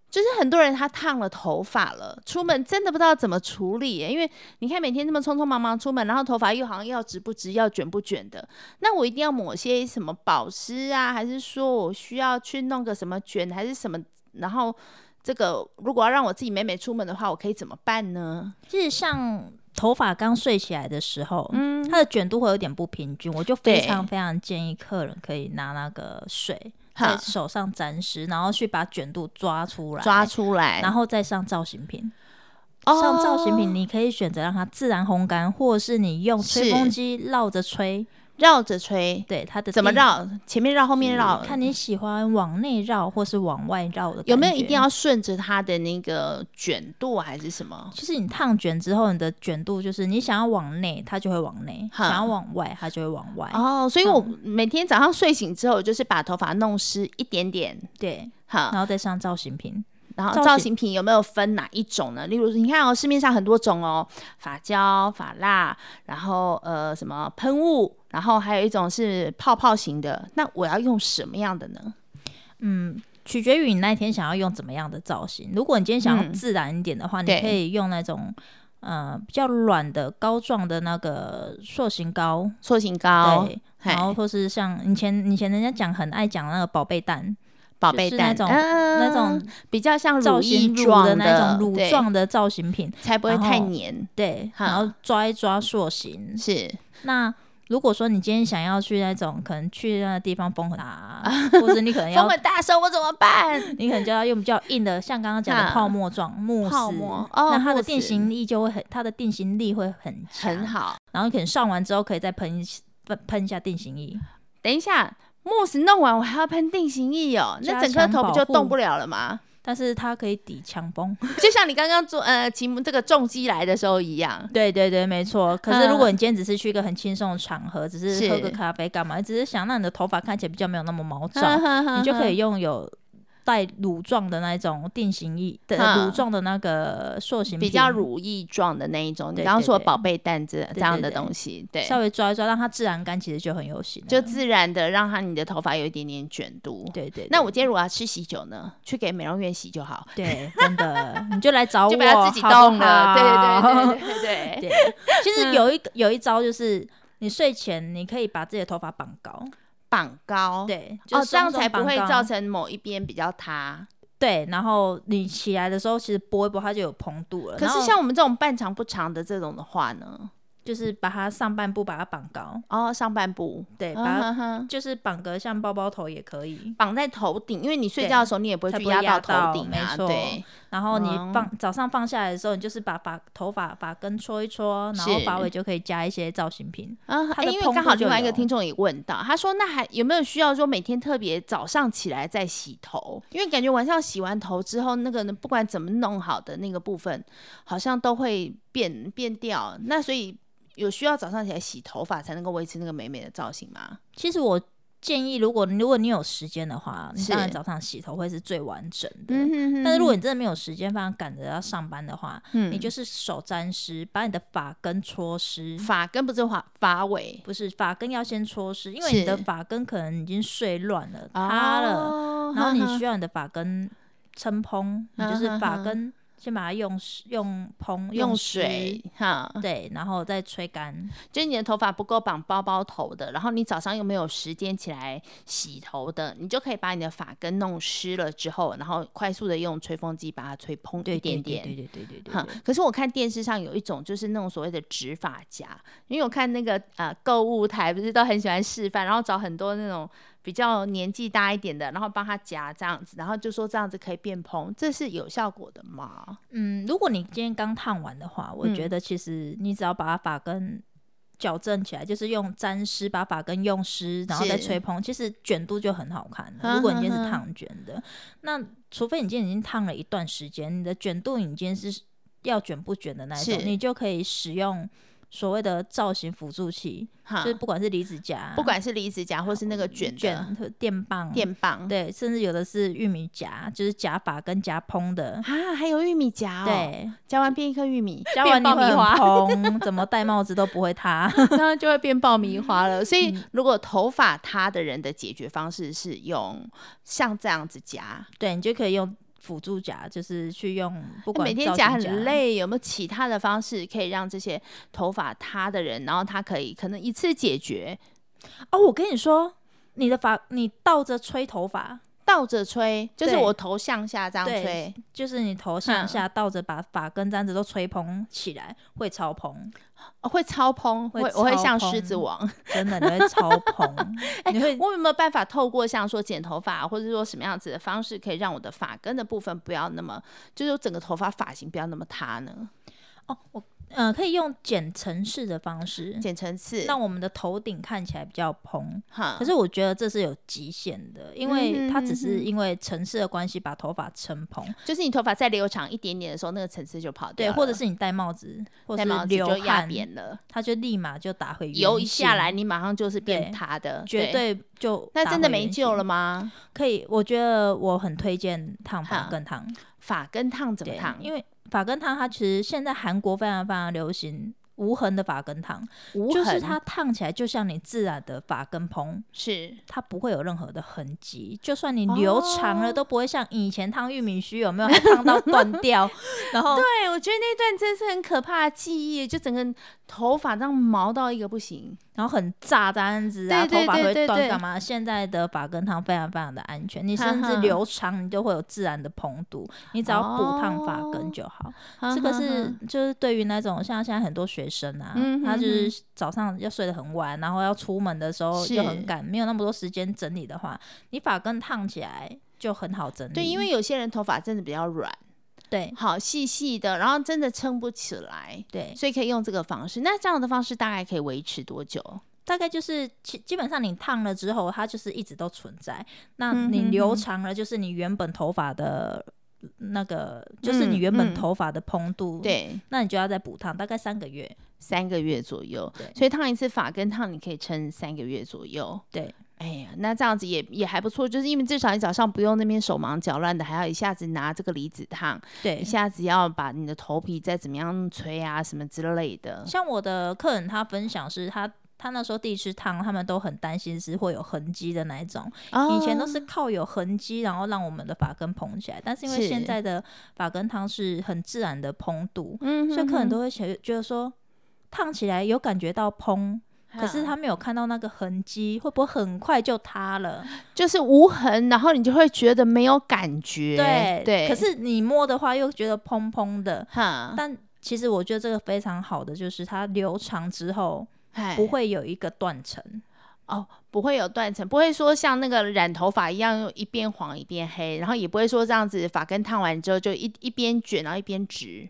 Speaker 1: 就是很多人他烫了头发了，出门真的不知道怎么处理耶，因为你看每天这么匆匆忙忙出门，然后头发又好像要直不直，要卷不卷的，那我一定要抹些什么保湿啊，还是说我需要去弄个什么卷，还是什么？然后这个如果要让我自己美美出门的话，我可以怎么办呢？
Speaker 2: 就是像头发刚睡起来的时候，
Speaker 1: 嗯
Speaker 2: 它的卷度会有点不平均，我就非
Speaker 1: 对
Speaker 2: 常非常建议客人可以拿那个水
Speaker 1: 哈
Speaker 2: 在手上沾湿，然后去把卷度抓出来，
Speaker 1: 抓出来，哦
Speaker 2: 然
Speaker 1: 后
Speaker 2: 后再上造型品。上造型品，你可以选择让它自然烘干，或者是你用吹
Speaker 1: 是
Speaker 2: 风机绕着吹，
Speaker 1: 绕着吹，
Speaker 2: 对它的
Speaker 1: 怎么
Speaker 2: 地
Speaker 1: 绕？前面绕，后面绕，
Speaker 2: 嗯看你喜欢往内绕或是往外绕的，
Speaker 1: 有没有一定？要顺着它的那个卷度还是什么？
Speaker 2: 就是你烫卷之后，你的卷度就是你想要往内，它就会往内；
Speaker 1: 哈
Speaker 2: 想要往外，它就会往外。
Speaker 1: 哦，所以我
Speaker 2: 嗯
Speaker 1: 每天早上睡醒之后，就是把头发弄湿一点点，
Speaker 2: 对，
Speaker 1: 好
Speaker 2: 然，后再上造型品。
Speaker 1: 然后
Speaker 2: 造
Speaker 1: 造
Speaker 2: 型
Speaker 1: 型品有没有分哪一种呢？例如，你看哦，市面上很多种哦，发胶、发蜡，然后呃什么喷雾，然后还有一种是泡泡型的。那我要用什么样的呢？
Speaker 2: 嗯，取决于你那一天想要用怎么样的造型。如果你今天想要
Speaker 1: 嗯
Speaker 2: 自然一点的话，
Speaker 1: 对
Speaker 2: 你可以用那种呃比较软的膏状的那个塑形膏，
Speaker 1: 塑形膏，
Speaker 2: 对。
Speaker 1: 嘿
Speaker 2: 然后或是像以前以前人家讲很爱讲那个宝贝蛋，
Speaker 1: 宝贝
Speaker 2: 就是
Speaker 1: 蛋
Speaker 2: 那种
Speaker 1: 嗯
Speaker 2: 那种
Speaker 1: 比较像
Speaker 2: 造
Speaker 1: 乳液
Speaker 2: 型乳的
Speaker 1: 状
Speaker 2: 那种乳
Speaker 1: 对，
Speaker 2: 状的造型品，
Speaker 1: 才不会
Speaker 2: 然
Speaker 1: 太
Speaker 2: 后
Speaker 1: 黏。
Speaker 2: 对，
Speaker 1: 哈
Speaker 2: 然后抓一抓塑形，
Speaker 1: 是，
Speaker 2: 那如果说你今天想要去那种可能去那个地方风很大，啊 或者你可能
Speaker 1: 风
Speaker 2: 要
Speaker 1: 很大声，我怎么 办？
Speaker 2: 你可能就要用比较硬的，像刚刚讲的
Speaker 1: 啊
Speaker 2: 泡沫状慕斯，
Speaker 1: 泡沫哦
Speaker 2: 那它
Speaker 1: 慕
Speaker 2: 的
Speaker 1: 斯
Speaker 2: 定型力就会很，它的定型力会很强
Speaker 1: 很。好，
Speaker 2: 然后你可能上完之后可以再喷一喷喷一下定型液，
Speaker 1: 等一下。慕斯弄完，我还要喷定型液哦，那
Speaker 2: 加
Speaker 1: 整颗
Speaker 2: 强
Speaker 1: 头不
Speaker 2: 保
Speaker 1: 就动
Speaker 2: 护
Speaker 1: 不了了吗？
Speaker 2: 但是它可以抵强 风。
Speaker 1: 就像你刚刚做呃骑摩这个重机来的时候一样，
Speaker 2: 对对对，没错。可是如果
Speaker 1: 嗯
Speaker 2: 你今天只是去一个很轻松的场合，只是
Speaker 1: 是嗯
Speaker 2: 喝个咖啡干嘛，你只是想让你的头发看起来比较没有那么毛躁，
Speaker 1: 你
Speaker 2: 你就可以用有带乳状的那种定型液的
Speaker 1: 嗯
Speaker 2: 乳状的那个塑形
Speaker 1: 比
Speaker 2: 品
Speaker 1: 较乳液状的那一种。你
Speaker 2: 对
Speaker 1: 刚刚
Speaker 2: 对
Speaker 1: 说
Speaker 2: 对
Speaker 1: 宝贝蛋这这
Speaker 2: 对
Speaker 1: 样的
Speaker 2: 对
Speaker 1: 东西，对，
Speaker 2: 稍微抓一抓，让它自然干，其实就很有型了。
Speaker 1: 就自然的让它你的头发有一点点卷度。
Speaker 2: 对对，
Speaker 1: 那
Speaker 2: 对
Speaker 1: 我今天如果要吃喜酒呢，去给美容院洗就 好，
Speaker 2: 对真的，你就来找我，
Speaker 1: 就不要自己
Speaker 2: 好不
Speaker 1: 动了。对
Speaker 2: 好
Speaker 1: 对对对对 对对，
Speaker 2: 对其实有一个有一招就是。你睡前你可以把自己的头发绑高，
Speaker 1: 绑高。
Speaker 2: 对，就
Speaker 1: 哦，
Speaker 2: 是
Speaker 1: 这样
Speaker 2: 松松
Speaker 1: 才不
Speaker 2: 绑
Speaker 1: 会
Speaker 2: 高
Speaker 1: 造成某一边比较塌。
Speaker 2: 对。然后你起来的时候，其实拨一拨它就有蓬度了。
Speaker 1: 可
Speaker 2: 然
Speaker 1: 是
Speaker 2: 后
Speaker 1: 像我们这种半长不长的这种的话呢，
Speaker 2: 就是把它上半部把它绑高，
Speaker 1: 哦，上半部，
Speaker 2: 对，把它
Speaker 1: 嗯哼哼
Speaker 2: 就是绑个像包包头也可以。
Speaker 1: 绑在头顶，因为你睡
Speaker 2: 对
Speaker 1: 觉的时候你也不会
Speaker 2: 才
Speaker 1: 去
Speaker 2: 不会
Speaker 1: 压
Speaker 2: 压
Speaker 1: 头
Speaker 2: 到
Speaker 1: 顶
Speaker 2: 没
Speaker 1: 啊，
Speaker 2: 错
Speaker 1: 对，
Speaker 2: 然后你
Speaker 1: 嗯
Speaker 2: 放、早上放下来的时候，你就是把把头发把根搓一搓，然后
Speaker 1: 是
Speaker 2: 发尾就可以加一些造型品。
Speaker 1: 啊，
Speaker 2: 它
Speaker 1: 诶
Speaker 2: 的
Speaker 1: 因为
Speaker 2: 蓬
Speaker 1: 刚
Speaker 2: 度
Speaker 1: 好另
Speaker 2: 就
Speaker 1: 外一个
Speaker 2: 有
Speaker 1: 听众也问到，他说那还有没有需要说每天特别早上起来再洗头？因为感觉晚上洗完头之后，那个不管怎么弄好的那个部分，好像都会变变掉。那所以有需要早上起来洗头发才能够维持那个美美的造型吗？
Speaker 2: 其实我建议，如果如果你有时间的话，你
Speaker 1: 是
Speaker 2: 当然早上洗头会是最完整的。
Speaker 1: 嗯哼哼
Speaker 2: 但是如果你真的没有时间，非常赶着要上班的话，
Speaker 1: 嗯
Speaker 2: 你就是手沾湿，把你的发根搓湿。
Speaker 1: 发根不是发发尾
Speaker 2: 不是发根要先搓湿，因为你的
Speaker 1: 是
Speaker 2: 发根可能已经碎乱了、塌了，
Speaker 1: 哦
Speaker 2: 然后
Speaker 1: 哈哈
Speaker 2: 你需要你的发根撑蓬，你就是
Speaker 1: 哈哈
Speaker 2: 发
Speaker 1: 哈
Speaker 2: 根先把它用湿用蓬
Speaker 1: 嗯用
Speaker 2: 湿
Speaker 1: 水哈，
Speaker 2: 对，然后再吹干。
Speaker 1: 就是你的头发不够绑包包头的，然后你早上又没有时间起来洗头的，你就可以把你的发根弄湿了之后，然后快速的用吹风机把它吹蓬一
Speaker 2: 对
Speaker 1: 点
Speaker 2: 对
Speaker 1: 点。
Speaker 2: 对对对对对
Speaker 1: 哈、
Speaker 2: 对
Speaker 1: 可是我看电视上有一种就是那种所谓的直发夹，因为我看那个呃购物台不是都很喜欢示范，然后找很多那种比较年纪大一点的，然后帮他夹这样子，然后就说这样子可以变蓬，这是有效果的吗？
Speaker 2: 嗯，如果你今天刚烫完的话，我
Speaker 1: 嗯
Speaker 2: 觉得其实你只要把它发根矫正起来，就是用沾湿把发根用湿，然后再
Speaker 1: 是
Speaker 2: 吹蓬，其实卷度就很好看
Speaker 1: 哈
Speaker 2: 了。如果你今天
Speaker 1: 哈哈
Speaker 2: 是烫卷的，那除非你今天已经烫了一段时间，你的卷度你今天是要卷不卷的那一种
Speaker 1: 是，
Speaker 2: 你就可以使用所谓的造型辅助器，
Speaker 1: 哈，
Speaker 2: 就是不管是离子夹，
Speaker 1: 啊不管是离子夹或是那个卷的
Speaker 2: 卷和电棒、
Speaker 1: 电棒，
Speaker 2: 对，甚至有的是玉米夹，就是夹法跟夹蓬的。
Speaker 1: 啊，还有玉米夹哦，，
Speaker 2: 对，
Speaker 1: 夹完变一颗玉 米，
Speaker 2: 加完你
Speaker 1: 变爆
Speaker 2: 会
Speaker 1: 米
Speaker 2: 很
Speaker 1: 花，
Speaker 2: 蓬，怎么戴帽子都不会塌。
Speaker 1: 然后就会变爆米花了。所以，如果头发塌的人的解决方式是用像这样子夹，
Speaker 2: 对你就可以用辅助夹，就是去用，不管
Speaker 1: 每天
Speaker 2: 造
Speaker 1: 夹
Speaker 2: 型
Speaker 1: 很。累，有没有其他的方式可以让这些头发塌的人，然后他可以可能一次解决，
Speaker 2: 哦，我跟你说，你的发你倒着吹头发，
Speaker 1: 倒着吹，就是
Speaker 2: 对
Speaker 1: 我头向下这样
Speaker 2: 对
Speaker 1: 吹，
Speaker 2: 就是你头
Speaker 1: 嗯
Speaker 2: 向下倒着把发根这样子都吹蓬起来，会超蓬，
Speaker 1: 哦会超蓬，会
Speaker 2: 会
Speaker 1: 我会
Speaker 2: 超
Speaker 1: 像狮子
Speaker 2: 蓬
Speaker 1: 王。
Speaker 2: 真的你会超 蓬，你会
Speaker 1: 哎我有没有办法透过像说剪头发，或者说什么样子的方式，可以让我的发根的部分不要那么，就是整个头发发型不要那么塌呢？
Speaker 2: 哦，我呃可以用剪层式的方式，
Speaker 1: 剪层次，
Speaker 2: 让我们的头顶看起来比较蓬。
Speaker 1: 哈
Speaker 2: 可是我觉得这是有极限的，因
Speaker 1: 嗯
Speaker 2: 为
Speaker 1: 哼
Speaker 2: 它
Speaker 1: 嗯
Speaker 2: 只是
Speaker 1: 哼
Speaker 2: 因为城市的关系把头发撑蓬，
Speaker 1: 就是你头发再留长一点点的时候，那个层次就跑掉
Speaker 2: 对，
Speaker 1: 了，
Speaker 2: 或者是你戴帽子，或
Speaker 1: 戴
Speaker 2: 是
Speaker 1: 帽子
Speaker 2: 流
Speaker 1: 就压
Speaker 2: 汗，
Speaker 1: 扁了，
Speaker 2: 它就立马就打回原
Speaker 1: 油一下
Speaker 2: 形
Speaker 1: 来，，你马上就是变
Speaker 2: 对
Speaker 1: 塌的，
Speaker 2: 绝对就
Speaker 1: 那
Speaker 2: 打
Speaker 1: 真的
Speaker 2: 回
Speaker 1: 没
Speaker 2: 原
Speaker 1: 救
Speaker 2: 形
Speaker 1: 了。吗？
Speaker 2: 可以，我觉得我很推荐烫发
Speaker 1: 哈
Speaker 2: 跟烫，
Speaker 1: 发根烫怎么
Speaker 2: 对，
Speaker 1: 烫？
Speaker 2: 因为发根烫它其实现在韩国非常非常流行。无痕的发根烫，
Speaker 1: 无
Speaker 2: 就是
Speaker 1: 痕
Speaker 2: 它烫起来就像你自然的发根蓬，
Speaker 1: 是
Speaker 2: 它不会有任何的痕迹，就算你留长了，
Speaker 1: 哦
Speaker 2: 都不会像以前烫玉米须有没有，还烫到断 掉，然后
Speaker 1: 对，我觉得那段真是很可怕的记忆，就整个头发这样毛到一个不行。
Speaker 2: 然后很炸这样子啊，
Speaker 1: 对对
Speaker 2: 头发
Speaker 1: 对对
Speaker 2: 会断
Speaker 1: 对
Speaker 2: 干嘛？现在的发根烫非常非常的安全，你甚
Speaker 1: 哈
Speaker 2: 至
Speaker 1: 哈
Speaker 2: 留长，你就会有自然的蓬度，你只要补烫发根就
Speaker 1: 哦
Speaker 2: 好。
Speaker 1: 嗯
Speaker 2: 这个是就是对于那种像现在很多学生啊，
Speaker 1: 嗯
Speaker 2: 他就
Speaker 1: 哼
Speaker 2: 是早上要睡得很晚，然后要出门的时候
Speaker 1: 是
Speaker 2: 又很赶，没有那么多时间整理的话，你发根烫起来就很好整理。
Speaker 1: 对，因为有些人头发真的比较软，
Speaker 2: 对
Speaker 1: 好细细的，然后真的撑不起来，
Speaker 2: 对，
Speaker 1: 所以可以用这个方式。那这样的方式大概可以维持多久？
Speaker 2: 大概就是基基本上你烫了之后，它就是一直都存在。那
Speaker 1: 嗯
Speaker 2: 你
Speaker 1: 哼
Speaker 2: 留
Speaker 1: 哼
Speaker 2: 长了，就是你原本头发的那个，就是你
Speaker 1: 嗯
Speaker 2: 原本
Speaker 1: 嗯
Speaker 2: 头发的蓬度。，
Speaker 1: 对，
Speaker 2: 那你就要再补烫，大概三个月。
Speaker 1: 三个月左右
Speaker 2: 对。
Speaker 1: 所以烫一次发根烫，你可以撑三个月左右。
Speaker 2: 对，
Speaker 1: 哎呀，那这样子也也还不错，就是因为至少你早上不用那边手忙脚乱的，还要一下子拿这个离子烫，
Speaker 2: 对
Speaker 1: 一，下子要把你的头皮再怎么样吹啊什么之类的。
Speaker 2: 像我的客人他分享是他。他那时候第一次烫，他们都很担心是会有痕迹的那一种。以前都是
Speaker 1: 哦
Speaker 2: 靠有痕迹，然后让我们的发根蓬起来，但是因为
Speaker 1: 是
Speaker 2: 现在的发根烫是很自然的蓬度，
Speaker 1: 嗯
Speaker 2: 所以客人
Speaker 1: 哼
Speaker 2: 都会觉觉得说烫起来有感觉到蓬，
Speaker 1: 哼
Speaker 2: 可是
Speaker 1: 哈
Speaker 2: 他没有看到那个痕迹，会不会很快就塌了？
Speaker 1: 就是无痕，然后你就会觉得没有感觉。
Speaker 2: 对
Speaker 1: 对，嗯
Speaker 2: 可是你摸的话，又觉得蓬蓬的。
Speaker 1: 哈，
Speaker 2: 但其实我觉得这个非常好的，就是它留长之后
Speaker 1: 哎
Speaker 2: 不会有一个断层。
Speaker 1: 哦，不会有断层，不会说像那个染头发一样又一边黄一边黑，然后也不会说这样子发根烫完之后就一一边卷然后一边直，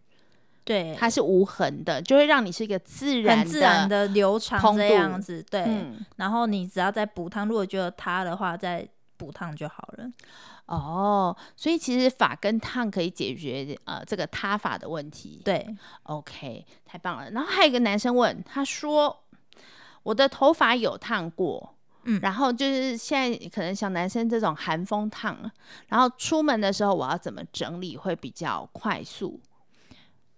Speaker 2: 对，
Speaker 1: 它是无痕的，就会让你是一个自然
Speaker 2: 很自然
Speaker 1: 的。
Speaker 2: 的留长
Speaker 1: 蓬
Speaker 2: 这
Speaker 1: 度
Speaker 2: 样子。对，
Speaker 1: 嗯，
Speaker 2: 然后你只要再补烫，如果觉得塌的话，再补烫就好了。
Speaker 1: 哦，所以其实发根烫可以解决呃这个塌发的问题。
Speaker 2: 对，
Speaker 1: OK，太棒了。然后还有一个男生问，他说我的头发有烫过，
Speaker 2: 嗯
Speaker 1: 然后就是现在可能小男生这种寒风烫，然后出门的时候我要怎么整理会比较快速？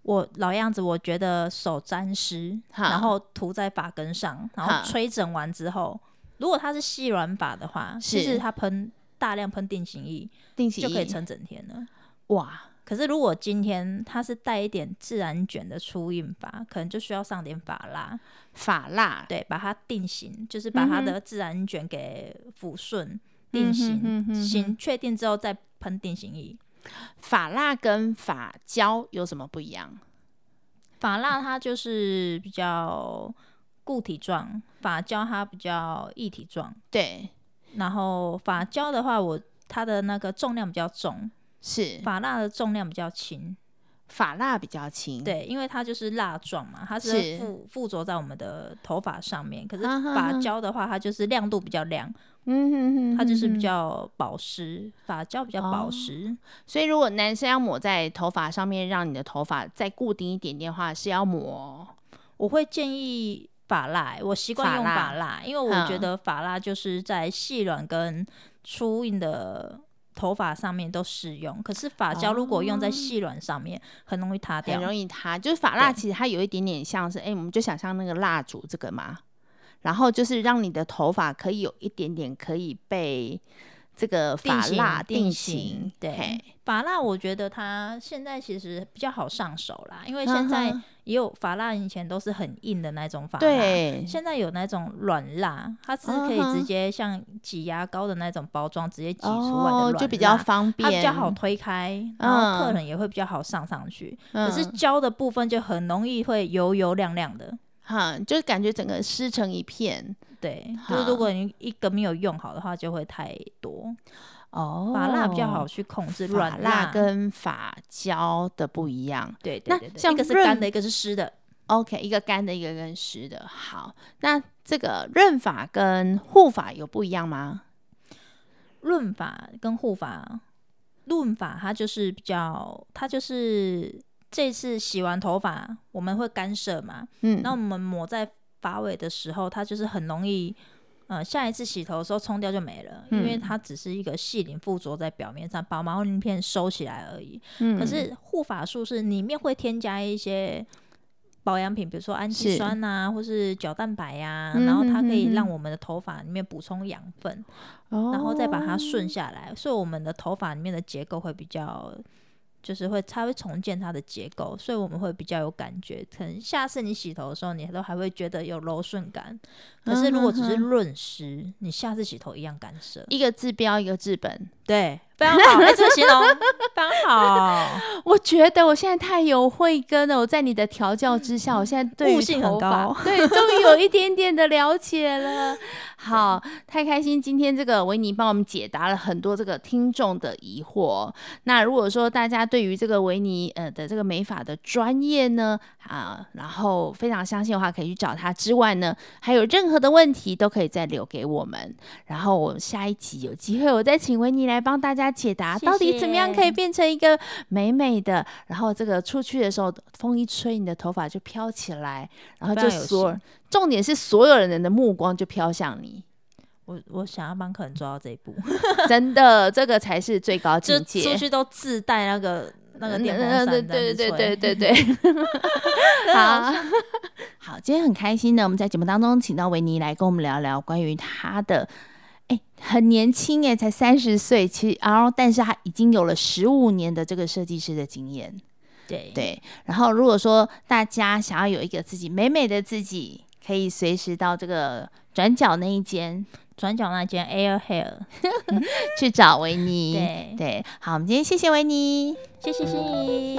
Speaker 2: 我老样子，我觉得手沾湿，
Speaker 1: 哈
Speaker 2: 然后涂在发根上，然
Speaker 1: 哈
Speaker 2: 后吹整完之后，如果它是细软发的话，
Speaker 1: 是
Speaker 2: 其实它喷大量喷定型液
Speaker 1: 定期
Speaker 2: 就可以
Speaker 1: 一
Speaker 2: 撑整天了。
Speaker 1: 哇，
Speaker 2: 可是如果今天它是带一点自然卷的初印发，可能就需要上点发蜡，
Speaker 1: 发蜡
Speaker 2: 对，把它定型，就是把它
Speaker 1: 嗯哼
Speaker 2: 的自然卷给抚顺、定型、
Speaker 1: 嗯哼嗯哼嗯哼
Speaker 2: 型确定之后再喷定型液。
Speaker 1: 发蜡跟发胶有什么不一样？
Speaker 2: 发蜡它就是比较固体状，发胶它比较液体状。
Speaker 1: 对，
Speaker 2: 然后发胶的话，我它的那个重量比较重，
Speaker 1: 是
Speaker 2: 发蜡的重量比较轻。
Speaker 1: 发蜡比较轻，，
Speaker 2: 对，因为它就是蜡状嘛，它
Speaker 1: 是
Speaker 2: 是附附着在我们的头发上面。可是
Speaker 1: 啊哈哈
Speaker 2: 发胶的话，它就是亮度比较亮，
Speaker 1: 嗯哼哼
Speaker 2: 它就是比。
Speaker 1: 哼哼
Speaker 2: 较保湿，发胶比较保
Speaker 1: 哦
Speaker 2: 湿。
Speaker 1: 所以如果男生要抹在头发上面，让你的头发再固定一点点的话，是要抹
Speaker 2: 我会建议发蜡欸，我习惯
Speaker 1: 发
Speaker 2: 用
Speaker 1: 蜡
Speaker 2: 发蜡，因为我觉得发蜡就是在细软跟粗硬的头发上面都适用。可是发胶如果用在细软上面，很容易塌掉
Speaker 1: 哦很。容易塌。就是发蜡
Speaker 2: 对
Speaker 1: 其实它有一点点像是，哎、我们就想象那个蜡烛这个嘛，然后就是让你的头发可以有一点点可以被这个发蜡
Speaker 2: 定
Speaker 1: 定
Speaker 2: 型
Speaker 1: 型，
Speaker 2: 对
Speaker 1: 嘿
Speaker 2: 发蜡我觉得它现在其实比较好上手啦，因为现在
Speaker 1: 嗯哼
Speaker 2: 也有发蜡，以前都是很硬的那种发蜡。
Speaker 1: 对，
Speaker 2: 现在有那种软蜡，它是可以
Speaker 1: 嗯哼
Speaker 2: 直接像挤牙膏的那种包装，直接挤出来的软
Speaker 1: 哦
Speaker 2: 蜡，，
Speaker 1: 就比较方便，
Speaker 2: 它比较好推开，然后客
Speaker 1: 嗯
Speaker 2: 人也会比较好上上去。
Speaker 1: 嗯。
Speaker 2: 可是胶的部分就很容易会油油亮亮的，
Speaker 1: 哈，就是感觉整个湿成一片
Speaker 2: 对，就是如
Speaker 1: 哈
Speaker 2: 果你一个没有用好的话，就会太多。
Speaker 1: 哦
Speaker 2: 发蜡比较好，去控制，
Speaker 1: 发
Speaker 2: 软
Speaker 1: 蜡
Speaker 2: 蜡
Speaker 1: 跟发胶的不一样。
Speaker 2: 对对
Speaker 1: 那
Speaker 2: 对对，
Speaker 1: 像
Speaker 2: 一个是
Speaker 1: 润
Speaker 2: 干的，一个是湿的。
Speaker 1: OK，一个干的，一个跟湿的。好，那这个润发跟护发有不一样吗？
Speaker 2: 润发跟护发，润发它就是比较，它就是这次洗完头发我们会干涉嘛，
Speaker 1: 嗯，
Speaker 2: 那我们抹在发尾的时候，它就是很容易，呃，下一次洗头的时候冲掉就没了，因为
Speaker 1: 嗯
Speaker 2: 它只是一个细鳞附着在表面上，把毛鳞片收起来而已。
Speaker 1: 嗯
Speaker 2: 可是护发素是里面会添加一些保养品，比如说氨基
Speaker 1: 是
Speaker 2: 酸啊，或是角蛋白呀、
Speaker 1: 嗯
Speaker 2: 然后它
Speaker 1: 哼
Speaker 2: 可以
Speaker 1: 哼
Speaker 2: 让
Speaker 1: 哼
Speaker 2: 我们的头发里面补充养分，
Speaker 1: 然
Speaker 2: 然后再把
Speaker 1: 哦
Speaker 2: 它顺下来，所以我们的头发里面的结构会比较，就是会它会重建它的结构，所以我们会比较有感觉。可能下次你洗头的时候，你都还会觉得有柔顺感。可是如果只
Speaker 1: 嗯
Speaker 2: 是
Speaker 1: 哼哼
Speaker 2: 润湿，你下次洗头一样干涩。
Speaker 1: 一个治标，一个治本。
Speaker 2: 对，非常 好，哎、这个形容非常好，
Speaker 1: 我觉得我现在太有慧根了，我在你的调教之下，我现在对于
Speaker 2: 悟性很
Speaker 1: 头发
Speaker 2: 高
Speaker 1: 对，终于有一点点的了解了。 好，太开心，今天这个维尼帮我们解答了很多这个听众的疑惑。那如果说大家对于这个维尼呃的这个美发的专业呢啊，然后非常相信的话，可以去找他之外呢，还有任何的问题都可以再留给我们。然后我下一集有机会，我再请维尼来帮大家解答，
Speaker 2: 谢
Speaker 1: 到底怎么样
Speaker 2: 谢
Speaker 1: 可以变成一个美美的，然后这个出去的时候风一吹，你的头发就飘起来，然后
Speaker 2: 非
Speaker 1: 就
Speaker 2: 常有
Speaker 1: 所有
Speaker 2: 型
Speaker 1: 重点是所有人的目光就飘向你，
Speaker 2: 我我想要帮客人做到这一步，
Speaker 1: 真的，这个才是最高
Speaker 2: 就
Speaker 1: 境界。
Speaker 2: 出去都自带那个那个电风
Speaker 1: 嗯
Speaker 2: 扇
Speaker 1: 对
Speaker 2: 在
Speaker 1: 对
Speaker 2: 那边
Speaker 1: 对
Speaker 2: 吹
Speaker 1: 对对 对，好好，今天很开心呢，我们在节目当中请到维尼来跟我们聊聊关于他的。哎，很年轻哎，才三十岁，其实然后但是他已经有了十五年的这个设计师的经验，
Speaker 2: 对
Speaker 1: 对。然后如果说大家想要有一个自己美美的自己，可以随时到这个转角那一间
Speaker 2: 转角那间 Air Hair，
Speaker 1: 去找维尼。
Speaker 2: 对，
Speaker 1: 对，好，我们今天谢谢维尼，
Speaker 2: 谢嗯谢心怡，